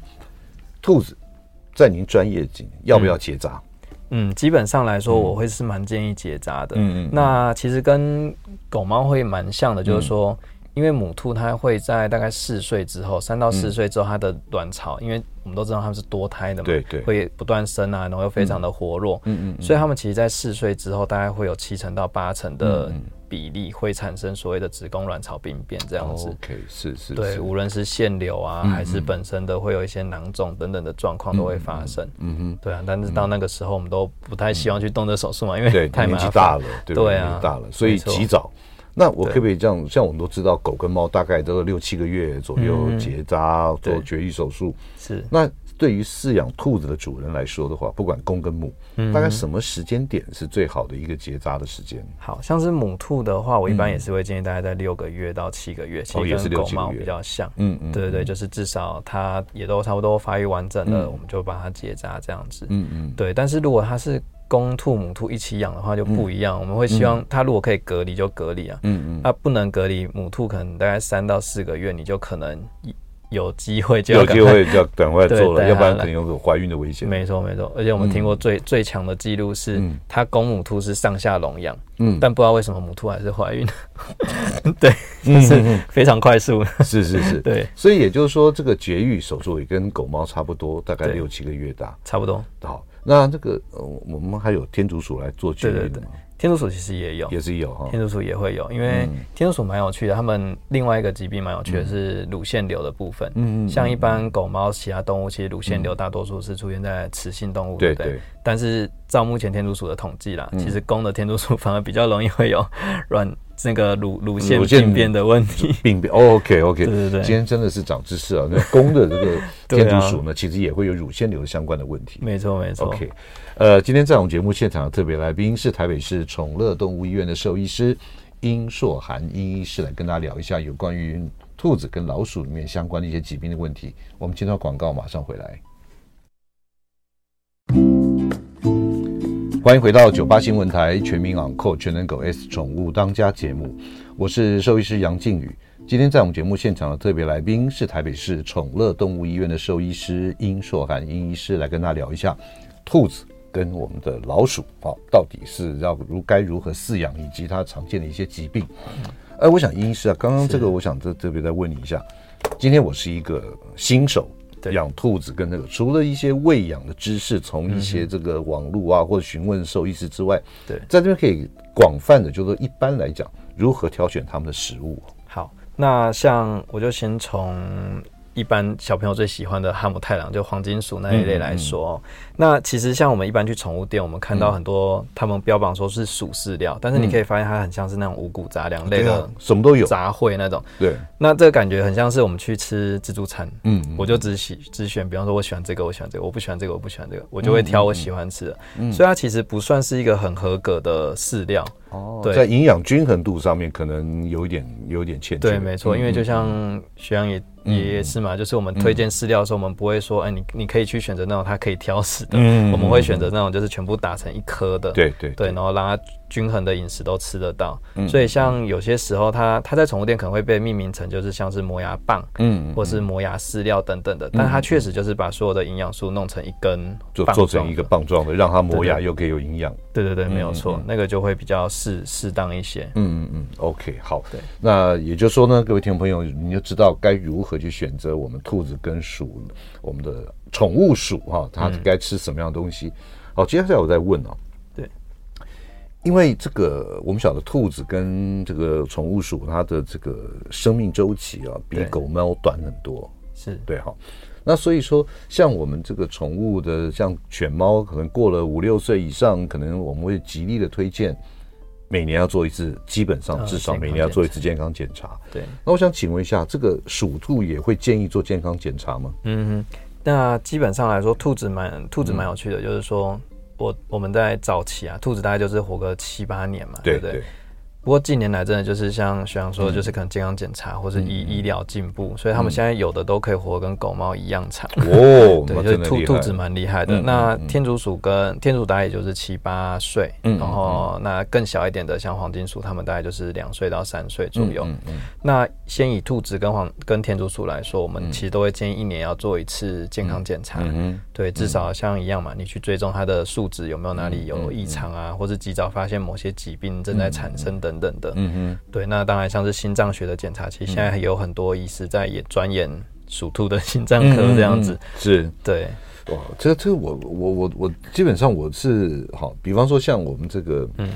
[SPEAKER 2] 兔子在您专业级要不要结扎？
[SPEAKER 3] 嗯，基本上来说，我会是蛮建议结扎的。
[SPEAKER 2] 嗯嗯嗯
[SPEAKER 3] 那其实跟狗猫会蛮像的，就是说，因为母兔它会在大概四岁之后，三到
[SPEAKER 2] 嗯
[SPEAKER 3] 四岁之后，它的卵巢，因为我们都知道它们是多胎的嘛，
[SPEAKER 2] 对对
[SPEAKER 3] 会不断生啊，然后又非常的活络，嗯嗯所以它们其实，在四岁之后，大概会有七成到八成
[SPEAKER 2] 嗯
[SPEAKER 3] 的比例会产生所谓的子宫卵巢病变这样子。
[SPEAKER 2] 哦 OK，是是
[SPEAKER 3] 嗯对，
[SPEAKER 2] 是，
[SPEAKER 3] 无论是腺瘤啊，
[SPEAKER 2] 嗯
[SPEAKER 3] 还是本身的会有一些囊肿等等的状况都会发生。嗯哼，对啊，但是到那个时候我们都不太希望去动这手术嘛，因为
[SPEAKER 2] 嗯对，
[SPEAKER 3] 哎太
[SPEAKER 2] 年
[SPEAKER 3] 麻
[SPEAKER 2] 纪
[SPEAKER 3] 烦。
[SPEAKER 2] 大了，对不对？
[SPEAKER 3] 对
[SPEAKER 2] 年
[SPEAKER 3] 啊
[SPEAKER 2] 纪，大了，所以
[SPEAKER 3] 没错
[SPEAKER 2] 及早。那我可不可以这样？像我们都知道，狗跟猫大概都六七个月左右
[SPEAKER 3] 嗯
[SPEAKER 2] 结扎做
[SPEAKER 3] 对
[SPEAKER 2] 绝育手术。
[SPEAKER 3] 是
[SPEAKER 2] 那对于饲养兔子的主人来说的话，不管公跟母，
[SPEAKER 3] 嗯
[SPEAKER 2] 大概什么时间点是最好的一个结扎的时间？
[SPEAKER 3] 好像是母兔的话，我一般也是会建议大概在六个月到七个月，其
[SPEAKER 2] 嗯哦也
[SPEAKER 3] 实
[SPEAKER 2] 是
[SPEAKER 3] 跟
[SPEAKER 2] 六
[SPEAKER 3] 狗
[SPEAKER 2] 七个
[SPEAKER 3] 猫
[SPEAKER 2] 月
[SPEAKER 3] 比较像。
[SPEAKER 2] 嗯嗯
[SPEAKER 3] 对对对，就是至少它也都差不多发育完整了，
[SPEAKER 2] 嗯
[SPEAKER 3] 我们就把它结扎这样子。
[SPEAKER 2] 嗯嗯，
[SPEAKER 3] 对，但是如果它是公兔母兔一起养的话就
[SPEAKER 2] 嗯
[SPEAKER 3] 不一样，我们会希望它如果可以隔离就隔离啊，嗯嗯，它不能隔离，母兔可能大概三到四个月你就可能有机会就要
[SPEAKER 2] 有
[SPEAKER 3] 赶
[SPEAKER 2] 机
[SPEAKER 3] 快。
[SPEAKER 2] 会就要赶快做了，
[SPEAKER 3] 对
[SPEAKER 2] 要不然
[SPEAKER 3] 对啊
[SPEAKER 2] 可能有怀孕的危险。
[SPEAKER 3] 没错没错，而且我们听过
[SPEAKER 2] 嗯
[SPEAKER 3] 最、最强的记录是，它公母兔是上下笼养，
[SPEAKER 2] 嗯
[SPEAKER 3] 但不知道为什么母兔还是怀孕， 对，
[SPEAKER 2] 嗯
[SPEAKER 3] 就是非常快速，
[SPEAKER 2] 是是 是，
[SPEAKER 3] 对，
[SPEAKER 2] 所以也就是说，这个绝育手术也跟狗猫差不多，大概
[SPEAKER 3] 对
[SPEAKER 2] 六七个月大。
[SPEAKER 3] 差不多。
[SPEAKER 2] 好，那这个呃，我们还有天竺鼠来做绝育
[SPEAKER 3] 对
[SPEAKER 2] 的
[SPEAKER 3] 对
[SPEAKER 2] 吗？
[SPEAKER 3] 天竺鼠其实也有，
[SPEAKER 2] 也是有哈。
[SPEAKER 3] 哦天竺鼠也会有，因为
[SPEAKER 2] 嗯
[SPEAKER 3] 天竺鼠蛮有趣的。它们另外一个疾病蛮有趣的是乳腺瘤的部分。
[SPEAKER 2] 嗯嗯嗯
[SPEAKER 3] 像一般狗猫、其他动物，其实乳腺瘤大多数是出现在雌性动物，
[SPEAKER 2] 对
[SPEAKER 3] 对不
[SPEAKER 2] 对嗯
[SPEAKER 3] 对？但是照目前天竺鼠的统计啦，其实公的天竺鼠反而比较容易会有卵那个乳乳腺
[SPEAKER 2] 乳腺
[SPEAKER 3] 病变的问题。
[SPEAKER 2] 病变，OK OK，
[SPEAKER 3] 对对对
[SPEAKER 2] 今天真的是长知识啊！那公的这个
[SPEAKER 3] 对啊
[SPEAKER 2] 天竺鼠呢，其实也会有乳腺瘤相关的问题。
[SPEAKER 3] 没错，没错。
[SPEAKER 2] OK，呃，今天在我们节目现场的特别来宾是台北市宠乐动物医院的兽医师殷硕涵殷医师，来跟大家聊一下有关于兔子跟老鼠里面相关的一些疾病的问题。我们接到广告，马上回来。欢迎回到九八新闻台《全民养扣全能狗 S 宠物当家》节目，我是兽医师杨靖宇。今天在我们节目现场的特别来宾是台北市宠乐动物医院的兽医师殷硕涵殷医师，来跟大家聊一下兔子跟我们的老鼠啊，到底是要如该如何饲养，以及它常见的一些疾病。哎、我想殷医师啊，刚刚这个我想特特别再问你一下，今天我是一个新手。
[SPEAKER 3] 对
[SPEAKER 2] 养兔子跟那个，除了一些喂养的知识，从一些这个网络啊或者询问兽医师之外，
[SPEAKER 3] 对
[SPEAKER 2] 在这边可以广泛的，就是说一般来讲，如何挑选它们的食物。
[SPEAKER 3] 好，那像我就先从一般小朋友最喜欢的哈姆太郎，就黄金鼠那一类来
[SPEAKER 2] 嗯
[SPEAKER 3] 说哦、那其实像我们一般去宠物店，我们看到很多他们标榜说是鼠饲料，但是你可以发现它很像是那种五谷杂粮类
[SPEAKER 2] 对
[SPEAKER 3] 的
[SPEAKER 2] 啊，什么都有。
[SPEAKER 3] 杂烩那种。
[SPEAKER 2] 对，
[SPEAKER 3] 那这个感觉很像是我们去吃自助餐，
[SPEAKER 2] 嗯
[SPEAKER 3] 我就只喜只选，比方说我喜欢这个，我喜欢这个，我不喜欢这个，我不喜欢这个，我就会挑我喜欢吃的。
[SPEAKER 2] 嗯
[SPEAKER 3] 所以它其实不算是一个很合格的饲料。
[SPEAKER 2] 哦
[SPEAKER 3] 对
[SPEAKER 2] 在营养均衡度上面可能有一点有一点欠缺。
[SPEAKER 3] 对，没错，
[SPEAKER 2] 嗯
[SPEAKER 3] 因为就像学长也也是嘛，就是我们推荐饲料的时候，我们不会说，哎，你你可以去选择那种它可以挑食的，
[SPEAKER 2] 嗯
[SPEAKER 3] 我们会选择那种就是全部打成一颗的，
[SPEAKER 2] 对对
[SPEAKER 3] 对，然后让它均衡的饮食都吃得到。
[SPEAKER 2] 嗯
[SPEAKER 3] 所以像有些时候它，它在宠物店可能会被命名成就是像是磨牙棒，
[SPEAKER 2] 嗯，
[SPEAKER 3] 或是磨牙饲料等等的，但它确实就是把所有的营养素弄成一根
[SPEAKER 2] 就
[SPEAKER 3] 棒
[SPEAKER 2] 做成一
[SPEAKER 3] 状
[SPEAKER 2] 个
[SPEAKER 3] 的
[SPEAKER 2] 棒状的，让它磨牙
[SPEAKER 3] 对
[SPEAKER 2] 又可以有营养。
[SPEAKER 3] 对对对，没有错，那个就会比较适适当一些。
[SPEAKER 2] 嗯嗯嗯，OK，好。
[SPEAKER 3] 对，
[SPEAKER 2] 那也就是说呢，各位听众朋友，你就知道该如何去选择我们兔子跟鼠，我们的宠物鼠哈、它该吃什么样的东西。好，接下来我再问哦。
[SPEAKER 3] 嗯对，
[SPEAKER 2] 因为这个我们晓得兔子跟这个宠物鼠，它的这个生命周期啊，比
[SPEAKER 3] 对
[SPEAKER 2] 狗猫短很多。
[SPEAKER 3] 是，
[SPEAKER 2] 对哈。那所以说，像我们这个宠物的，像犬猫，可能过了五六岁以上，可能我们会极力的推荐，每年要做一次，基本上
[SPEAKER 3] 呃
[SPEAKER 2] 至少
[SPEAKER 3] 健康
[SPEAKER 2] 每年要做一次健康检查。
[SPEAKER 3] 对。
[SPEAKER 2] 那我想请问一下，这个鼠兔也会建议做健康检查吗？
[SPEAKER 3] 嗯哼，那基本上来说，兔子蛮兔子蛮有趣的，就是说我我们在早期啊，兔子大概就是活个七八年嘛，对
[SPEAKER 2] 对
[SPEAKER 3] 不啊对？ 嗯
[SPEAKER 2] 对，
[SPEAKER 3] 不过近年来真的就是像学长说，就是可能健康检查或是医医疗进步，所以他们现在有的都可以活跟狗猫一样长。
[SPEAKER 2] 哦，
[SPEAKER 3] 对，
[SPEAKER 2] 那
[SPEAKER 3] 就是
[SPEAKER 2] 真的
[SPEAKER 3] 兔
[SPEAKER 2] 厉
[SPEAKER 3] 兔
[SPEAKER 2] 害
[SPEAKER 3] 子，蛮厉害的。
[SPEAKER 2] 嗯嗯
[SPEAKER 3] 那
[SPEAKER 2] 嗯
[SPEAKER 3] 天竺鼠跟天竺大概也就是七八岁，
[SPEAKER 2] 嗯嗯
[SPEAKER 3] 然后那更小一点的像黄金鼠，它们大概就是两岁到三岁左右。
[SPEAKER 2] 嗯嗯
[SPEAKER 3] 那先以兔子跟黄跟天竺鼠来说，我
[SPEAKER 2] 嗯
[SPEAKER 3] 们其实都会建议一年要做一次健康检查。
[SPEAKER 2] 嗯嗯
[SPEAKER 3] 对，至少像一样嘛，你去追踪它的数值有没有哪里
[SPEAKER 2] 嗯
[SPEAKER 3] 有异常啊，或是及早发现某些疾病正在产生等等的。
[SPEAKER 2] 嗯嗯，
[SPEAKER 3] 对，那当然像是心脏学的检查，其实现在有很多医师在也钻研属兔的心
[SPEAKER 2] 嗯
[SPEAKER 3] 脏科这样子。
[SPEAKER 2] 是
[SPEAKER 3] 对，
[SPEAKER 2] 哇，这这我我我我基本上我是好，比方说像我们这个嗯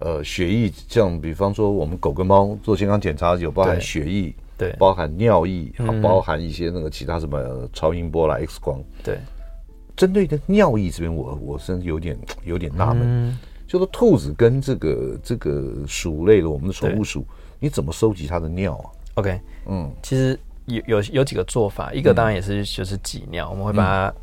[SPEAKER 2] 呃血液，像比方说我们狗跟猫做健康检查有包含
[SPEAKER 3] 对
[SPEAKER 2] 血液。
[SPEAKER 3] 对，
[SPEAKER 2] 包含尿液，好
[SPEAKER 3] 嗯
[SPEAKER 2] 包含一些那个其他什么超音波啦、X 光。
[SPEAKER 3] 对，
[SPEAKER 2] 针对的尿液这边，我我甚至有点有点纳闷，
[SPEAKER 3] 嗯，
[SPEAKER 2] 就说兔子跟这个这个鼠类的我们的宠物鼠，你怎么收集它的尿啊？
[SPEAKER 3] OK，
[SPEAKER 2] 嗯
[SPEAKER 3] 其实有有有几个做法，一个当然也是就是挤尿，我们
[SPEAKER 2] 嗯
[SPEAKER 3] 会把它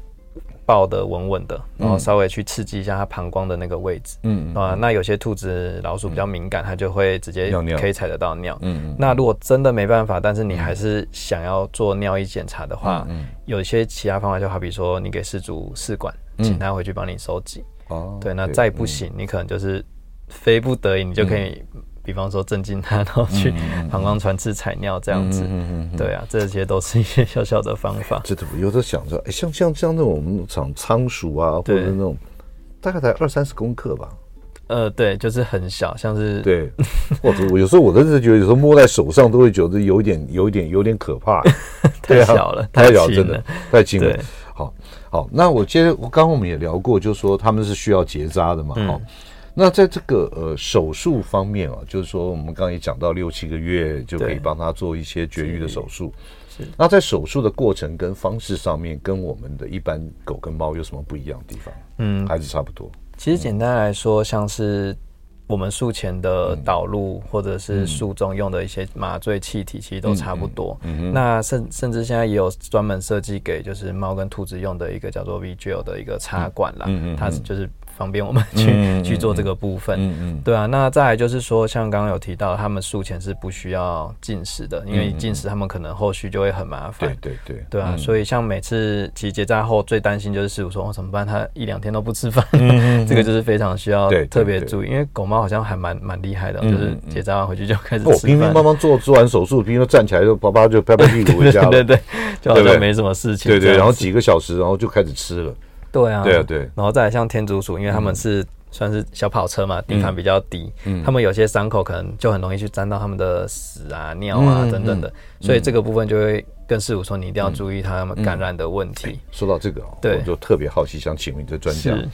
[SPEAKER 3] 抱得稳稳的，然后稍微去刺激一下它膀胱的那个位置。
[SPEAKER 2] 嗯
[SPEAKER 3] 啊，那有些兔子、老鼠比较敏感，它就会直接
[SPEAKER 2] 尿尿
[SPEAKER 3] 可以踩得到尿。
[SPEAKER 2] 嗯
[SPEAKER 3] 那如果真的没办法，但是你还是想要做尿液检查的话，
[SPEAKER 2] 嗯
[SPEAKER 3] 有一些其他方法，就好比说你给失主试管，
[SPEAKER 2] 嗯
[SPEAKER 3] 请他回去帮你收集。
[SPEAKER 2] 哦
[SPEAKER 3] 对，那再不行，你可能就是非不得已，你就可以，
[SPEAKER 2] 嗯
[SPEAKER 3] 比方说镇静 它，然后去膀胱穿刺采尿
[SPEAKER 2] 嗯
[SPEAKER 3] 这样子。对啊，这些都是一些小小的方法。
[SPEAKER 2] 这我有时候想着，哎，像像像那种我们厂仓鼠啊，或者
[SPEAKER 3] 对
[SPEAKER 2] 是那种大概才二三十公克吧。
[SPEAKER 3] 呃，对，就是很小，像是
[SPEAKER 2] 对，或者我有时候我真是觉得，有时候摸在手上都会觉得有一点有一点有点可怕。 啊
[SPEAKER 3] 太小了，
[SPEAKER 2] 太小
[SPEAKER 3] 轻
[SPEAKER 2] 真的
[SPEAKER 3] 了。
[SPEAKER 2] 太轻了
[SPEAKER 3] 对。
[SPEAKER 2] 好，好，那我接着，我刚刚我们也聊过，就是说他们是需要结扎的嘛。
[SPEAKER 3] 嗯
[SPEAKER 2] 好、那在这个呃手术方面啊，就是说我们刚刚也讲到六七个月就可以
[SPEAKER 3] 对
[SPEAKER 2] 帮他做一些绝育的手术
[SPEAKER 3] 是。
[SPEAKER 2] 那在手术的过程跟方式上面，跟我们的一般狗跟猫有什么不一样的地方？
[SPEAKER 3] 嗯，
[SPEAKER 2] 还是差不多。
[SPEAKER 3] 其实简单来说，像是我们术前的
[SPEAKER 2] 嗯
[SPEAKER 3] 导入或者是术中用的一些麻醉气体，其实都差不多。
[SPEAKER 2] 嗯
[SPEAKER 3] 那甚甚至现在也有专门设计给就是猫跟兔子用的一个叫做 VGL 的一个插管啦，
[SPEAKER 2] 嗯
[SPEAKER 3] 它是就是方便我们 去、去做这个部分。
[SPEAKER 2] 嗯
[SPEAKER 3] 对啊，那再来就是说，像刚刚有提到，他们术前是不需要进食的，因
[SPEAKER 2] 嗯
[SPEAKER 3] 为进食他们可能后续就会很麻烦
[SPEAKER 2] 对。对对，
[SPEAKER 3] 对啊，所以像每次集结扎后，最担心就是师傅说、哦、怎么办？他一两天都不吃饭， 这个就是非常需要
[SPEAKER 2] 嗯对对嗯
[SPEAKER 3] 特别注意，因为狗猫好像还蛮蛮厉害的，就是结扎完回去就开始
[SPEAKER 2] 我
[SPEAKER 3] 吃
[SPEAKER 2] 乒乒
[SPEAKER 3] 饭，
[SPEAKER 2] 乓乓做做完手术，乒乓站起来就啪啪就拍拍屁股一
[SPEAKER 3] 对
[SPEAKER 2] 下了，
[SPEAKER 3] 对对，就好
[SPEAKER 2] 对不对
[SPEAKER 3] 像没什么事情
[SPEAKER 2] 对
[SPEAKER 3] 这样
[SPEAKER 2] 对，
[SPEAKER 3] 子。
[SPEAKER 2] 然后几个小时，然后就开始吃了。
[SPEAKER 3] 对啊，
[SPEAKER 2] 对啊对嗯
[SPEAKER 3] 然后再来像天竺鼠，因为他们是算是小跑车嘛，地盘比较低，他们有些伤口可能就很容易去沾到他们的屎啊、尿啊
[SPEAKER 2] 嗯
[SPEAKER 3] 等等的，所以这个部分就会跟师傅说，你一定要注意它
[SPEAKER 2] 嗯
[SPEAKER 3] 们感染的问题。
[SPEAKER 2] 说到这个啊，
[SPEAKER 3] 对
[SPEAKER 2] 我就特别好奇，想请问你的专家
[SPEAKER 3] 是，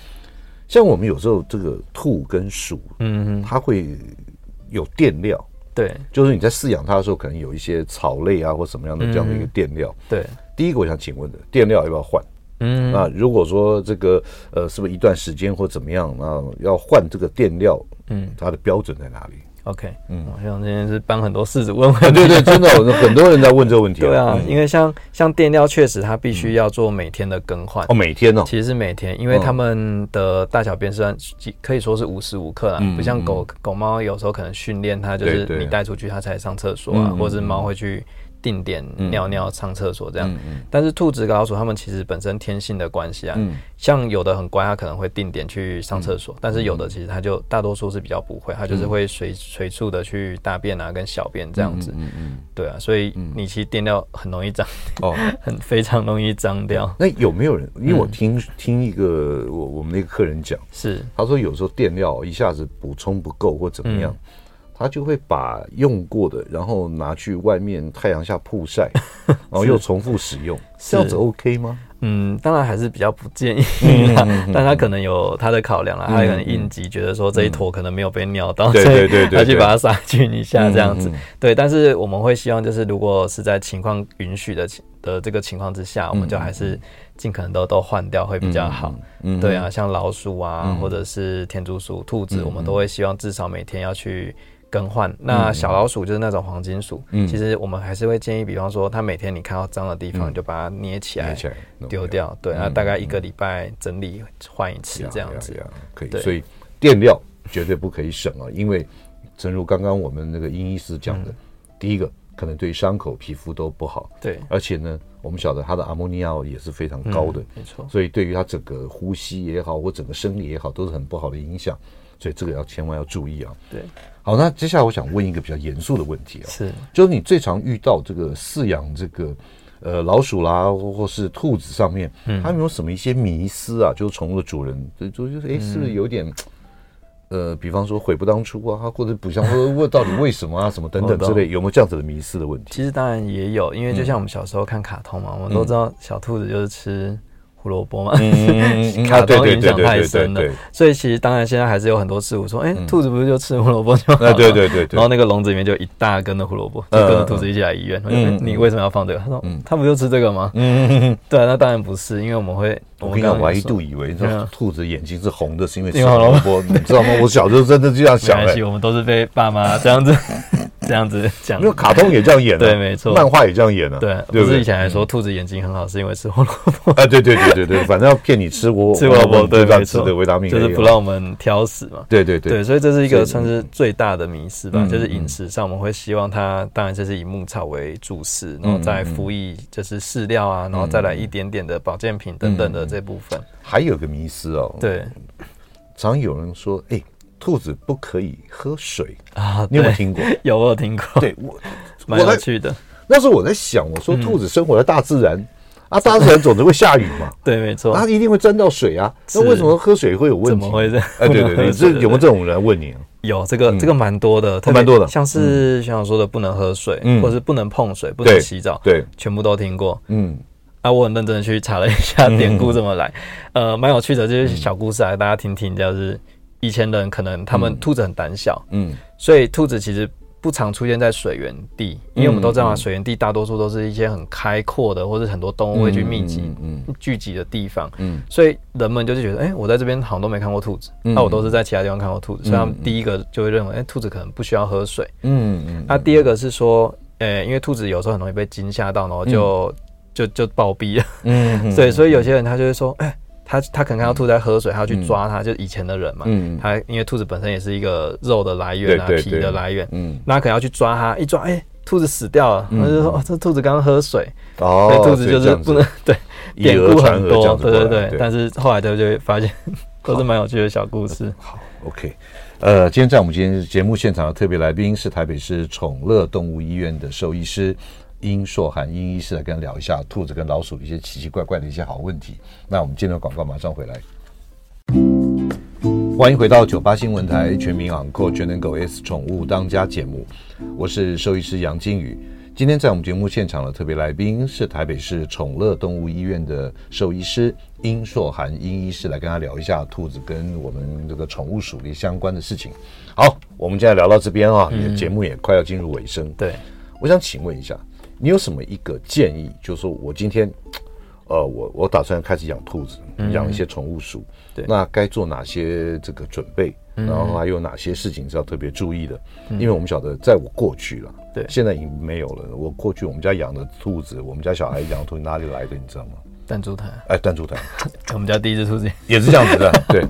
[SPEAKER 2] 像我们有时候这个兔跟鼠，
[SPEAKER 3] 嗯，
[SPEAKER 2] 它会有垫料，
[SPEAKER 3] 对
[SPEAKER 2] 就是你在饲养它的时候，可能有一些草类啊或什么样的这样的一个垫料。
[SPEAKER 3] 对，
[SPEAKER 2] 第一个我想请问的，垫料要不要换？
[SPEAKER 3] 嗯。
[SPEAKER 2] 那如果说这个呃，是不是一段时间或怎么样，那要换这个垫料，嗯，它的标准在哪 里？
[SPEAKER 3] OK，嗯，我想今天是帮很多事主问问
[SPEAKER 2] 啊，
[SPEAKER 3] 题。
[SPEAKER 2] 对对，真的，我很多人在问这个问题。
[SPEAKER 3] 对啊，
[SPEAKER 2] 嗯
[SPEAKER 3] 因为像像电料确实它必须要做每天的更换
[SPEAKER 2] 哦，，每天哦，
[SPEAKER 3] 其实是每天，因为它
[SPEAKER 2] 嗯
[SPEAKER 3] 们的大小便虽然可以说是无时无刻啦，
[SPEAKER 2] 嗯
[SPEAKER 3] 不像狗狗猫有时候可能训练它就
[SPEAKER 2] 对
[SPEAKER 3] 是
[SPEAKER 2] 对嗯
[SPEAKER 3] 你带出去它才上厕所啊，或者是猫会去。定点尿尿、上厕所
[SPEAKER 2] 嗯
[SPEAKER 3] 这样，但是兔子、老鼠它们其实本身天性的关系啊，
[SPEAKER 2] 嗯
[SPEAKER 3] 像有的很乖，它可能会定点去上厕所，但是有的其实它就大多数是比较不会，
[SPEAKER 2] 嗯
[SPEAKER 3] 它就是会随随处的去大便啊跟小便这样子，
[SPEAKER 2] 嗯
[SPEAKER 3] 对啊，所以你其实垫料很容易脏，
[SPEAKER 2] 哦，
[SPEAKER 3] 很非常容易脏掉，
[SPEAKER 2] 那有没有人？因为
[SPEAKER 3] 嗯
[SPEAKER 2] 我听、听一个我我们的一个客人讲，
[SPEAKER 3] 是
[SPEAKER 2] 他说有时候垫料一下子补充不够或怎么样，
[SPEAKER 3] 嗯
[SPEAKER 2] 他就会把用过的，然后拿去外面太阳下曝 晒，然后又重复使用，这样子 OK 吗？
[SPEAKER 3] 嗯，当然还是比较不建议
[SPEAKER 2] 嗯
[SPEAKER 3] 啦，但他可能有他的考量啦，他可能应急觉得说这一坨可能没有被尿到，
[SPEAKER 2] 对
[SPEAKER 3] 所以
[SPEAKER 2] 对对对
[SPEAKER 3] 他
[SPEAKER 2] 对
[SPEAKER 3] 去把它杀菌一下这样子
[SPEAKER 2] 嗯嗯嗯。
[SPEAKER 3] 对，但是我们会希望就是如果是在情况允许的情的这个情况之下，我们就还是尽可能都都换掉会比较好。
[SPEAKER 2] 嗯
[SPEAKER 3] 对啊
[SPEAKER 2] 嗯
[SPEAKER 3] 啊，像老鼠啊，或者是天竺鼠、兔子，我们都会希望至少每天要去更换。那
[SPEAKER 2] 嗯
[SPEAKER 3] 小老鼠就是那种黄金鼠，其实我们还是会建议，比方说它每天你看到脏的地
[SPEAKER 2] 嗯
[SPEAKER 3] 方，你就把它捏起来
[SPEAKER 2] 捏起来弄
[SPEAKER 3] 丢掉。对，那大概一个礼拜整理换一
[SPEAKER 2] 嗯
[SPEAKER 3] 次
[SPEAKER 2] 呀
[SPEAKER 3] 这样
[SPEAKER 2] 呀
[SPEAKER 3] 子。
[SPEAKER 2] 呀可以。
[SPEAKER 3] 对
[SPEAKER 2] 所以垫料绝对不可以省啊，因为正如刚刚我们那个殷医师讲的，
[SPEAKER 3] 嗯
[SPEAKER 2] 第一个可能对伤口、皮肤都不好，
[SPEAKER 3] 对，
[SPEAKER 2] 而且呢，我们晓得它的阿莫尼亚也是非常高的，
[SPEAKER 3] 没错。
[SPEAKER 2] 所以对于它整个呼吸也好，或整个生理也好，都是很不好的影响。所以这个要千万要注意啊！
[SPEAKER 3] 对，
[SPEAKER 2] 好，那接下来我想问一个比较严肃的问题啊，
[SPEAKER 3] 是
[SPEAKER 2] 就是你最常遇到这个饲养这个呃老鼠啦，或或是兔子上面，它有没有什么一些迷思啊？就是宠物的主人，就就就是哎、诶是不是有点、呃，比方说悔不当初啊，或者不想说问到底为什么啊，什么等等之类，有没有这样子的迷思的问题？
[SPEAKER 3] 其实当然也有，因为就像我们小时候看卡通嘛，我们
[SPEAKER 2] 嗯
[SPEAKER 3] 都知道小兔子就是吃胡萝卜嘛， 卡
[SPEAKER 2] 啊对
[SPEAKER 3] 通
[SPEAKER 2] 对
[SPEAKER 3] 影
[SPEAKER 2] 对
[SPEAKER 3] 响
[SPEAKER 2] 对
[SPEAKER 3] 太
[SPEAKER 2] 对
[SPEAKER 3] 深了
[SPEAKER 2] 对对。嗯
[SPEAKER 3] 所以其实当然现在还是有很多事物说，哎，兔子不是就吃胡萝卜就好
[SPEAKER 2] 啊
[SPEAKER 3] 了？
[SPEAKER 2] 对对对对
[SPEAKER 3] 然后那个笼子里面就一大根的胡萝卜，就跟着兔子一起来医院。我就
[SPEAKER 2] 嗯
[SPEAKER 3] 哎你为什么要放这个？他说他不就吃这个吗？对啊，那当然不是，因为我们会，
[SPEAKER 2] 我
[SPEAKER 3] 们
[SPEAKER 2] 跟你讲，
[SPEAKER 3] 刚刚
[SPEAKER 2] 我还
[SPEAKER 3] 也
[SPEAKER 2] 一
[SPEAKER 3] 说
[SPEAKER 2] 度以为
[SPEAKER 3] 对
[SPEAKER 2] 那
[SPEAKER 3] 啊
[SPEAKER 2] 兔子眼睛是红的，是因为吃
[SPEAKER 3] 因为
[SPEAKER 2] 胡萝卜，你知道吗？我小时 候真的这样
[SPEAKER 3] 没
[SPEAKER 2] 想
[SPEAKER 3] 关
[SPEAKER 2] 哎、
[SPEAKER 3] 系，我们都是被爸妈这样子这样子讲
[SPEAKER 2] 没。有哎卡通也这样演、啊，
[SPEAKER 3] 对没错
[SPEAKER 2] 漫画也这样演啊，
[SPEAKER 3] 对，
[SPEAKER 2] 对不
[SPEAKER 3] 不是
[SPEAKER 2] 对
[SPEAKER 3] 以？前还说兔子眼睛很好，是因为吃胡萝卜。
[SPEAKER 2] 啊，对对对对对，反正要骗你吃我
[SPEAKER 3] 吃胡萝卜，对，
[SPEAKER 2] 让
[SPEAKER 3] 没
[SPEAKER 2] 吃
[SPEAKER 3] 错，
[SPEAKER 2] 的维他命 A
[SPEAKER 3] 就是不
[SPEAKER 2] 啊
[SPEAKER 3] 让我们挑食嘛。
[SPEAKER 2] 对对
[SPEAKER 3] 对，
[SPEAKER 2] 对，
[SPEAKER 3] 所以这是一
[SPEAKER 2] 所以
[SPEAKER 3] 个算是最大的迷失吧
[SPEAKER 2] 嗯，
[SPEAKER 3] 就是饮食上我们会希望它，当然就是以牧草为主食，然后再辅以就是饲料啊，然后再来一点点的保健品等等的这部分。
[SPEAKER 2] 还有个迷思哦，，
[SPEAKER 3] 对
[SPEAKER 2] 常有人说，哎，兔子不可以喝水，
[SPEAKER 3] 啊，
[SPEAKER 2] 你有没有
[SPEAKER 3] 对
[SPEAKER 2] 听过？
[SPEAKER 3] 有我有听过，
[SPEAKER 2] 对 我，
[SPEAKER 3] 蛮
[SPEAKER 2] 我
[SPEAKER 3] 有
[SPEAKER 2] 在
[SPEAKER 3] 趣嗯的。
[SPEAKER 2] 那时候我在想，我说兔子生活在大自然啊，大自然总是会下雨嘛，
[SPEAKER 3] 对，没错。
[SPEAKER 2] 它一定会沾到水啊，那
[SPEAKER 3] 是
[SPEAKER 2] 为什么喝水会有问
[SPEAKER 3] 怎
[SPEAKER 2] 题？
[SPEAKER 3] 么会这样？
[SPEAKER 2] 哎，对 对对，这有没有这
[SPEAKER 3] 种？
[SPEAKER 2] 种人问你啊？
[SPEAKER 3] 有这个这个蛮多的，特别
[SPEAKER 2] 哦蛮多的
[SPEAKER 3] 像是像我说的不能喝水，
[SPEAKER 2] 嗯
[SPEAKER 3] 或是不能碰水，不
[SPEAKER 2] 对
[SPEAKER 3] 能洗澡，
[SPEAKER 2] 对，
[SPEAKER 3] 全部都听过。
[SPEAKER 2] 嗯，
[SPEAKER 3] 啊，我很认真的去查了一下典故怎么来，呃，蛮有趣的，
[SPEAKER 2] 嗯
[SPEAKER 3] 这些小故事来啊大家听听。就是以前人可能他们兔子很胆小，
[SPEAKER 2] 嗯，
[SPEAKER 3] 所以兔子其实不常出现在水源地，因为我们都知
[SPEAKER 2] 嗯
[SPEAKER 3] 道嘛，水源地大多数都是一些很开阔的，或是很多动物会去密集、
[SPEAKER 2] 嗯
[SPEAKER 3] 聚集的地方，
[SPEAKER 2] 嗯
[SPEAKER 3] 所以人们就是觉得，哎、我在这边好像都没看过兔子，那、我都是在其他地方看过兔子，所以他们第一个就会认为，哎、兔子可能不需要喝水。
[SPEAKER 2] 嗯嗯，
[SPEAKER 3] 那、第二个是说，呃、因为兔子有时候很容易被惊吓到，然后就、就就暴毙了。
[SPEAKER 2] 嗯
[SPEAKER 3] 对，所以有些人他就会说，哎、他他可能看到兔子在喝水，他要去抓它，就是以前的人嘛。
[SPEAKER 2] 嗯
[SPEAKER 3] 他因为兔子本身也是一个肉的来源啊，
[SPEAKER 2] 对对对
[SPEAKER 3] 皮的来源，
[SPEAKER 2] 嗯，
[SPEAKER 3] 那可能要去抓它，一抓，哎、兔子死掉了，那、就说、哦、这兔子刚刚喝水，
[SPEAKER 2] 哦
[SPEAKER 3] 对，，兔子就是不能 对
[SPEAKER 2] 以
[SPEAKER 3] 典
[SPEAKER 2] 讹
[SPEAKER 3] 故
[SPEAKER 2] 传
[SPEAKER 3] 很
[SPEAKER 2] 讹这
[SPEAKER 3] 多，
[SPEAKER 2] 样子
[SPEAKER 3] 对
[SPEAKER 2] 过
[SPEAKER 3] 对
[SPEAKER 2] 来
[SPEAKER 3] 对，
[SPEAKER 2] 对
[SPEAKER 3] 但是后来大家就会发 现都是蛮有趣的小故事。
[SPEAKER 2] 好，OK，呃，今天在我们今天节目现场的特别来宾是台北市宠乐动物医院的兽医师殷硕涵殷医师，来跟聊一下兔子跟老鼠一些奇奇怪怪的一些好问题。那我们进入广告，马上回来。欢迎回到九八新闻台《全民昂购全能狗 S 宠物当家》节目，我是兽医师杨靖宇。今天在我们节目现场的特别来宾是台北市宠乐动物医院的兽医师殷硕涵殷医师，来跟他聊一下兔子跟我们这个宠物鼠类相关的事情。好，我们现在聊到这边啊，也节目也快要进入尾声。
[SPEAKER 3] 对，
[SPEAKER 2] 我想请问一下，你有什么一个建议？就是说我今天，呃，我我打算开始养兔子，养一些宠物鼠，
[SPEAKER 3] 嗯对嗯
[SPEAKER 2] 那该做哪些这个准备？然后还有哪些事情是要特别注意的？因为我们晓得，在我过去了，
[SPEAKER 3] 对
[SPEAKER 2] 现在已经没有了。我过去我们家养的兔子，我们家小孩养的兔子哪里来的？你知道吗？
[SPEAKER 3] 弹珠台，
[SPEAKER 2] 哎，弹珠台
[SPEAKER 3] 我们家第一只兔子
[SPEAKER 2] 也是这样子 的，对。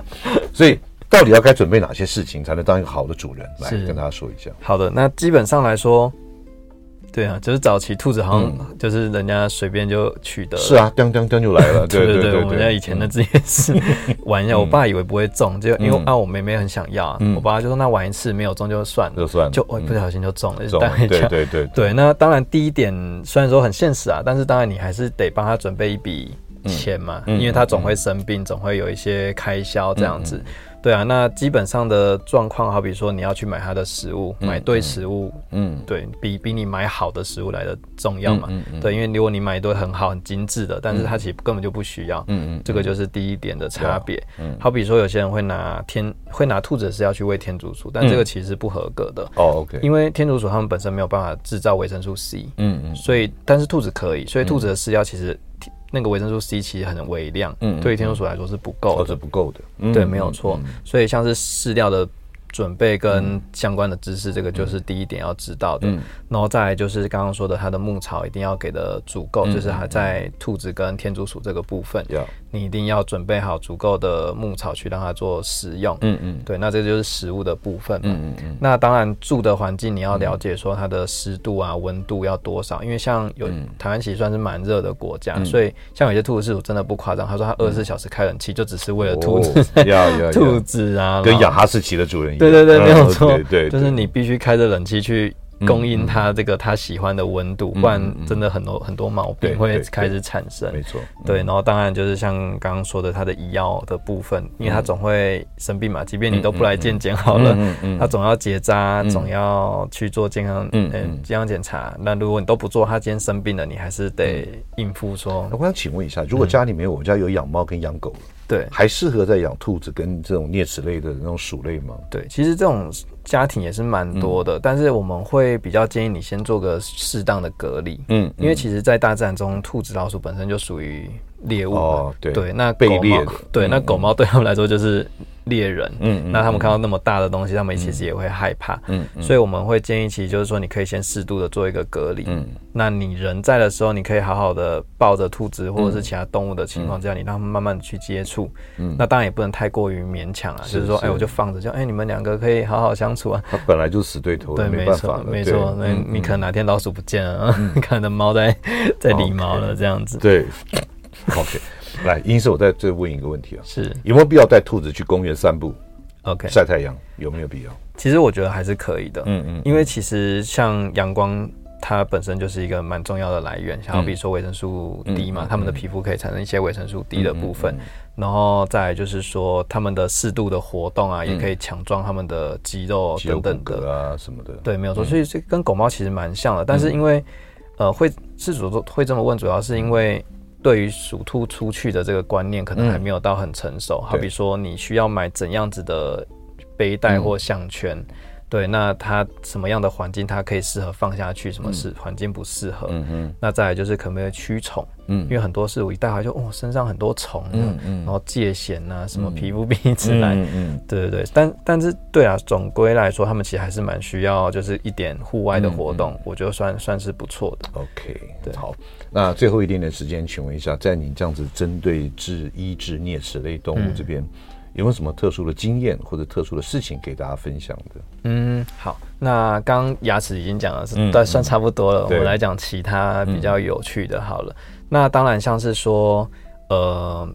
[SPEAKER 2] 所以到底要该准备哪些事情，才能当一个好的主人？来
[SPEAKER 3] 是
[SPEAKER 2] 跟大家说一下。
[SPEAKER 3] 好的，那基本上来说，对啊，就是早期兔子好像就是人家随便就取得了。
[SPEAKER 2] 嗯是啊，当当当就来了，对
[SPEAKER 3] 呃 对
[SPEAKER 2] 对对，嗯
[SPEAKER 3] 我们家以前的职业 是玩一下，我爸以为不会中，就因为
[SPEAKER 2] 嗯
[SPEAKER 3] 啊我妹妹很想要啊，我爸就说那玩一次没有中就算
[SPEAKER 2] 嗯就
[SPEAKER 3] 了，
[SPEAKER 2] 算了
[SPEAKER 3] 就哦我不小心就中了，就
[SPEAKER 2] 中
[SPEAKER 3] 带
[SPEAKER 2] 了
[SPEAKER 3] 回家。
[SPEAKER 2] 对对对
[SPEAKER 3] 对，那当然第一点虽然说很现实啊，但是当然你还是得帮他准备一笔钱嘛，因为他总会生病，总会有一些开销这样子。对啊，那基本上的状况，好比说你要去买他的食物，买对食物，
[SPEAKER 2] 嗯
[SPEAKER 3] 嗯，对比比你买好的食物来的重要嘛。对，因为如果你买一堆很好很精致的，但是它其实根本就不需要，嗯嗯嗯，啊嗯这个就是第一点的差别。好比说有些人会拿天会拿兔子是要去喂天竺鼠，但这个其实是不合格的，
[SPEAKER 2] 哦，OK，
[SPEAKER 3] 因为天竺鼠它们本身没有办法制造维生素 C，
[SPEAKER 2] 嗯嗯
[SPEAKER 3] 所以但是兔子可以，所以兔子的饲料其实、嗯那个维生素 C 其实很微
[SPEAKER 2] 嗯
[SPEAKER 3] 量，对于天竺鼠来说是不够
[SPEAKER 2] 或
[SPEAKER 3] 的
[SPEAKER 2] 哦者，不够的，嗯嗯
[SPEAKER 3] 对，没有错。所以像是饲料的准备跟相关的知识，这个就是第一点要知道的。然后再来就是刚刚说的，它的牧草一定要给的足
[SPEAKER 2] 嗯
[SPEAKER 3] 够，就是它在兔子跟天竺鼠这个部分，
[SPEAKER 2] Yeah
[SPEAKER 3] 你一定要准备好足够的牧草去让它做食用。嗯嗯，对，那这就是食物的部分嘛。嗯嗯那当然住的环境你要了解说它的湿度啊、温度要多少，因为像有
[SPEAKER 2] 嗯
[SPEAKER 3] 台湾其实算是蛮热的国家，所以像有些兔子饲主真的不夸张，他说他二十四小时开冷气就只是为了兔子、
[SPEAKER 2] 嗯哦呀呀呀
[SPEAKER 3] 兔子啊，
[SPEAKER 2] 跟
[SPEAKER 3] 然后
[SPEAKER 2] 养哈士奇的主人一样，
[SPEAKER 3] 对对对，没有
[SPEAKER 2] 嗯
[SPEAKER 3] 错，
[SPEAKER 2] 对对，嗯
[SPEAKER 3] 就是你必须开着冷气去供应它这个它喜欢的温度，不然真的很多很多毛
[SPEAKER 2] 对
[SPEAKER 3] 病会
[SPEAKER 2] 对
[SPEAKER 3] 开始产生。
[SPEAKER 2] 没错，
[SPEAKER 3] 对，然后当然就是像刚刚说的，它的医药的部分，因为它总会生病嘛，即便你都不来健检好了，它总要结扎，总要去做健康
[SPEAKER 2] 嗯
[SPEAKER 3] 嗯健康检查。那如果你都不做，它今天生病了，你还是得应付说
[SPEAKER 2] 那我想请问一下，
[SPEAKER 3] 嗯
[SPEAKER 2] 如果家里面我家有养猫跟养狗了，
[SPEAKER 3] 对。
[SPEAKER 2] 还适合在养兔子跟这种啮齿类的那种鼠类吗？
[SPEAKER 3] 对，其实这种家庭也是蛮多
[SPEAKER 2] 嗯
[SPEAKER 3] 的，但是我们会比较建议你先做个适当的隔离，
[SPEAKER 2] 嗯
[SPEAKER 3] 嗯，因为其实，在大自然中，兔子、老鼠本身就属于猎物嘛，
[SPEAKER 2] 哦对
[SPEAKER 3] 那
[SPEAKER 2] 被
[SPEAKER 3] 狗
[SPEAKER 2] 猎
[SPEAKER 3] 猫
[SPEAKER 2] 的
[SPEAKER 3] 对，那狗猫对他们来说就是猎人，
[SPEAKER 2] 嗯
[SPEAKER 3] 嗯
[SPEAKER 2] 嗯
[SPEAKER 3] 那他们看到那么大的东西，他们其实也会害怕，
[SPEAKER 2] 嗯
[SPEAKER 3] 嗯，所以我们会建议，其实就是说，你可以先适度的做一个隔离，嗯，那你人在的时候，你可以好好的抱着兔子或者是
[SPEAKER 2] 嗯
[SPEAKER 3] 其他动物的情况之下，你让他们慢慢的去接触，嗯，那当然也不能太过于勉强啊，就是说，
[SPEAKER 2] 是
[SPEAKER 3] 哎，我就放着，就哎，你们两个可以好好相处啊。
[SPEAKER 2] 它本来就是死对头，
[SPEAKER 3] 对，
[SPEAKER 2] 没
[SPEAKER 3] 没
[SPEAKER 2] 办法
[SPEAKER 3] 错
[SPEAKER 2] 了，，
[SPEAKER 3] 没
[SPEAKER 2] 对嗯
[SPEAKER 3] 错。那你可能哪天老鼠不见了， 可能猫在在理毛了，这样子。
[SPEAKER 2] 对，OK。来，英师，我再再问一个问题啊，
[SPEAKER 3] 是
[SPEAKER 2] 有没有必要带兔子去公园散步、
[SPEAKER 3] OK。
[SPEAKER 2] 晒太阳？有没有必要？
[SPEAKER 3] 其实我觉得还是可以的，
[SPEAKER 2] 嗯嗯，
[SPEAKER 3] 因为其实像阳光。它本身就是一个蛮重要的来源，像好
[SPEAKER 2] 嗯
[SPEAKER 3] 比说维生素 D 嘛，它们的皮肤可以产生一些维生素 D 的部
[SPEAKER 2] 嗯
[SPEAKER 3] 分，然后再来就是说它们的适度的活动啊，也可以强壮它们的肌
[SPEAKER 2] 嗯
[SPEAKER 3] 肉
[SPEAKER 2] 肌肉
[SPEAKER 3] 等
[SPEAKER 2] 骨
[SPEAKER 3] 等的
[SPEAKER 2] 骼啊什么的，
[SPEAKER 3] 对，没有错，所以这跟狗猫其实蛮像的，但是因为、呃，会事主都会这么问，主要是因为对于属兔出去的这个观念可能还没有到很成熟，好比说你需要买怎样子的背带或项圈。对，那它什么样的环境它可以适合放下去，什么是环境不适合？嗯嗯。那再来就是可不可以驱虫？嗯，因为很多事物一带回来就哦身上很多虫，嗯嗯，然后疥癣呐，什么皮肤病之来，
[SPEAKER 2] 嗯，
[SPEAKER 3] 对对对，但但是对啊，总归来说，他们其实还是蛮需要，就是一点户外的活动，我觉得算算是不错的。
[SPEAKER 2] OK，
[SPEAKER 3] 对
[SPEAKER 2] 嗯好，那最后一定的时间，请问一下，在你这样子针对治医治啮齿类动
[SPEAKER 3] 嗯
[SPEAKER 2] 物这边，有没有什么特殊的经验或者特殊的事情给大家分享的？
[SPEAKER 3] 嗯，好，那刚牙齿已经讲了，是但算差不多了，我
[SPEAKER 2] 嗯对嗯
[SPEAKER 3] 们来讲其他比较有趣的好了。那当然像是说，呃。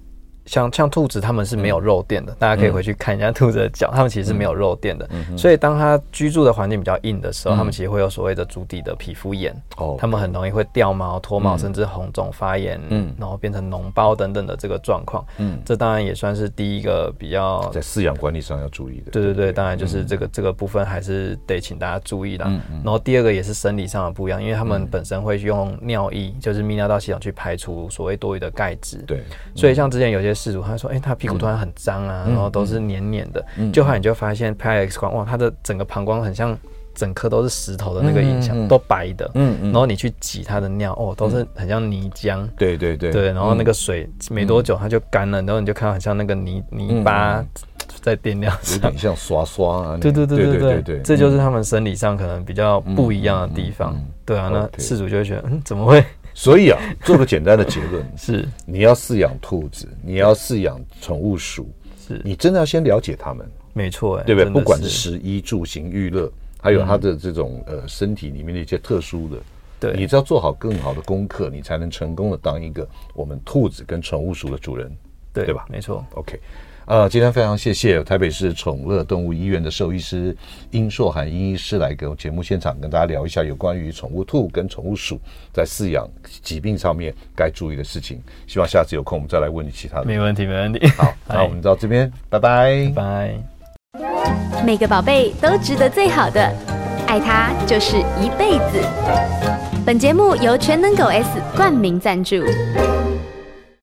[SPEAKER 3] 像像兔子，它们是没有肉垫
[SPEAKER 2] 嗯
[SPEAKER 3] 的，大家可以回去看一下兔子的脚，它们其实是没有肉垫的，所以当它居住的环境比较硬的
[SPEAKER 2] 嗯
[SPEAKER 3] 时候，它们其实会有所谓的足底的皮肤炎，
[SPEAKER 2] 哦
[SPEAKER 3] 它们很容易会掉毛、脱毛，甚至红肿、发炎，然后变成脓包等等的这个状况。嗯，这当然也算是第一个比较
[SPEAKER 2] 在饲养管理上要注意的。
[SPEAKER 3] 对对对，嗯当然就是这个、这个部分还是得请大家注意啦。然后第二个也是生理上的不一样，因为他们本身会用尿液，就是泌尿道系统去排除所谓多余的钙质。
[SPEAKER 2] 对，
[SPEAKER 3] 所以像之前有些事主，他说，哎、他屁股突然很脏啊，然后都是黏黏的，就后来你就发现拍 X 光，哇，他的整个膀胱很像整颗都是石头的那个影响，都白的，嗯然后你去挤他的尿，哦，都是很像泥浆。
[SPEAKER 2] 对对嗯对嗯
[SPEAKER 3] 对，然后那个水没多久它就干了，然后你就看到很像那个泥泥巴在电料
[SPEAKER 2] 嗯有
[SPEAKER 3] 上，
[SPEAKER 2] 点像刷刷啊。
[SPEAKER 3] 对对对
[SPEAKER 2] 对
[SPEAKER 3] 对对
[SPEAKER 2] 对，嗯
[SPEAKER 3] 这就是他们生理上可能比较不一样的地方。对啊，那
[SPEAKER 2] OK
[SPEAKER 3] 事主就会觉得，嗯，怎么会，
[SPEAKER 2] 所以啊，做个简单的结论
[SPEAKER 3] 是
[SPEAKER 2] 你要饲养兔子，你要饲养宠物鼠，
[SPEAKER 3] 是
[SPEAKER 2] 你真的要先了解它们，
[SPEAKER 3] 没错哎，
[SPEAKER 2] 对不对？
[SPEAKER 3] 真
[SPEAKER 2] 不
[SPEAKER 3] 的
[SPEAKER 2] 管是
[SPEAKER 3] 是嗯
[SPEAKER 2] 食衣住行娱乐，还有它的这种呃身体里面的一些特殊的。
[SPEAKER 3] 对
[SPEAKER 2] 你只要做好更好的功课，你才能成功的当一个我们兔子跟宠物鼠的主人。
[SPEAKER 3] 对
[SPEAKER 2] 对吧
[SPEAKER 3] 没错，
[SPEAKER 2] OK，呃，今天非常谢谢台北市宠乐动物医院的兽医师殷硕涵殷医师来跟节目现场跟大家聊一下有关于宠物兔跟宠物鼠在饲养疾病上面该注意的事情。希望下次有空我们再来问你其他的。
[SPEAKER 3] 没问题，没问题。
[SPEAKER 2] 好，那我们到这边，拜拜。
[SPEAKER 3] 拜。
[SPEAKER 1] 每个宝贝都值得最好的，爱它就是一辈子。本节目由全能狗 S 冠名赞助。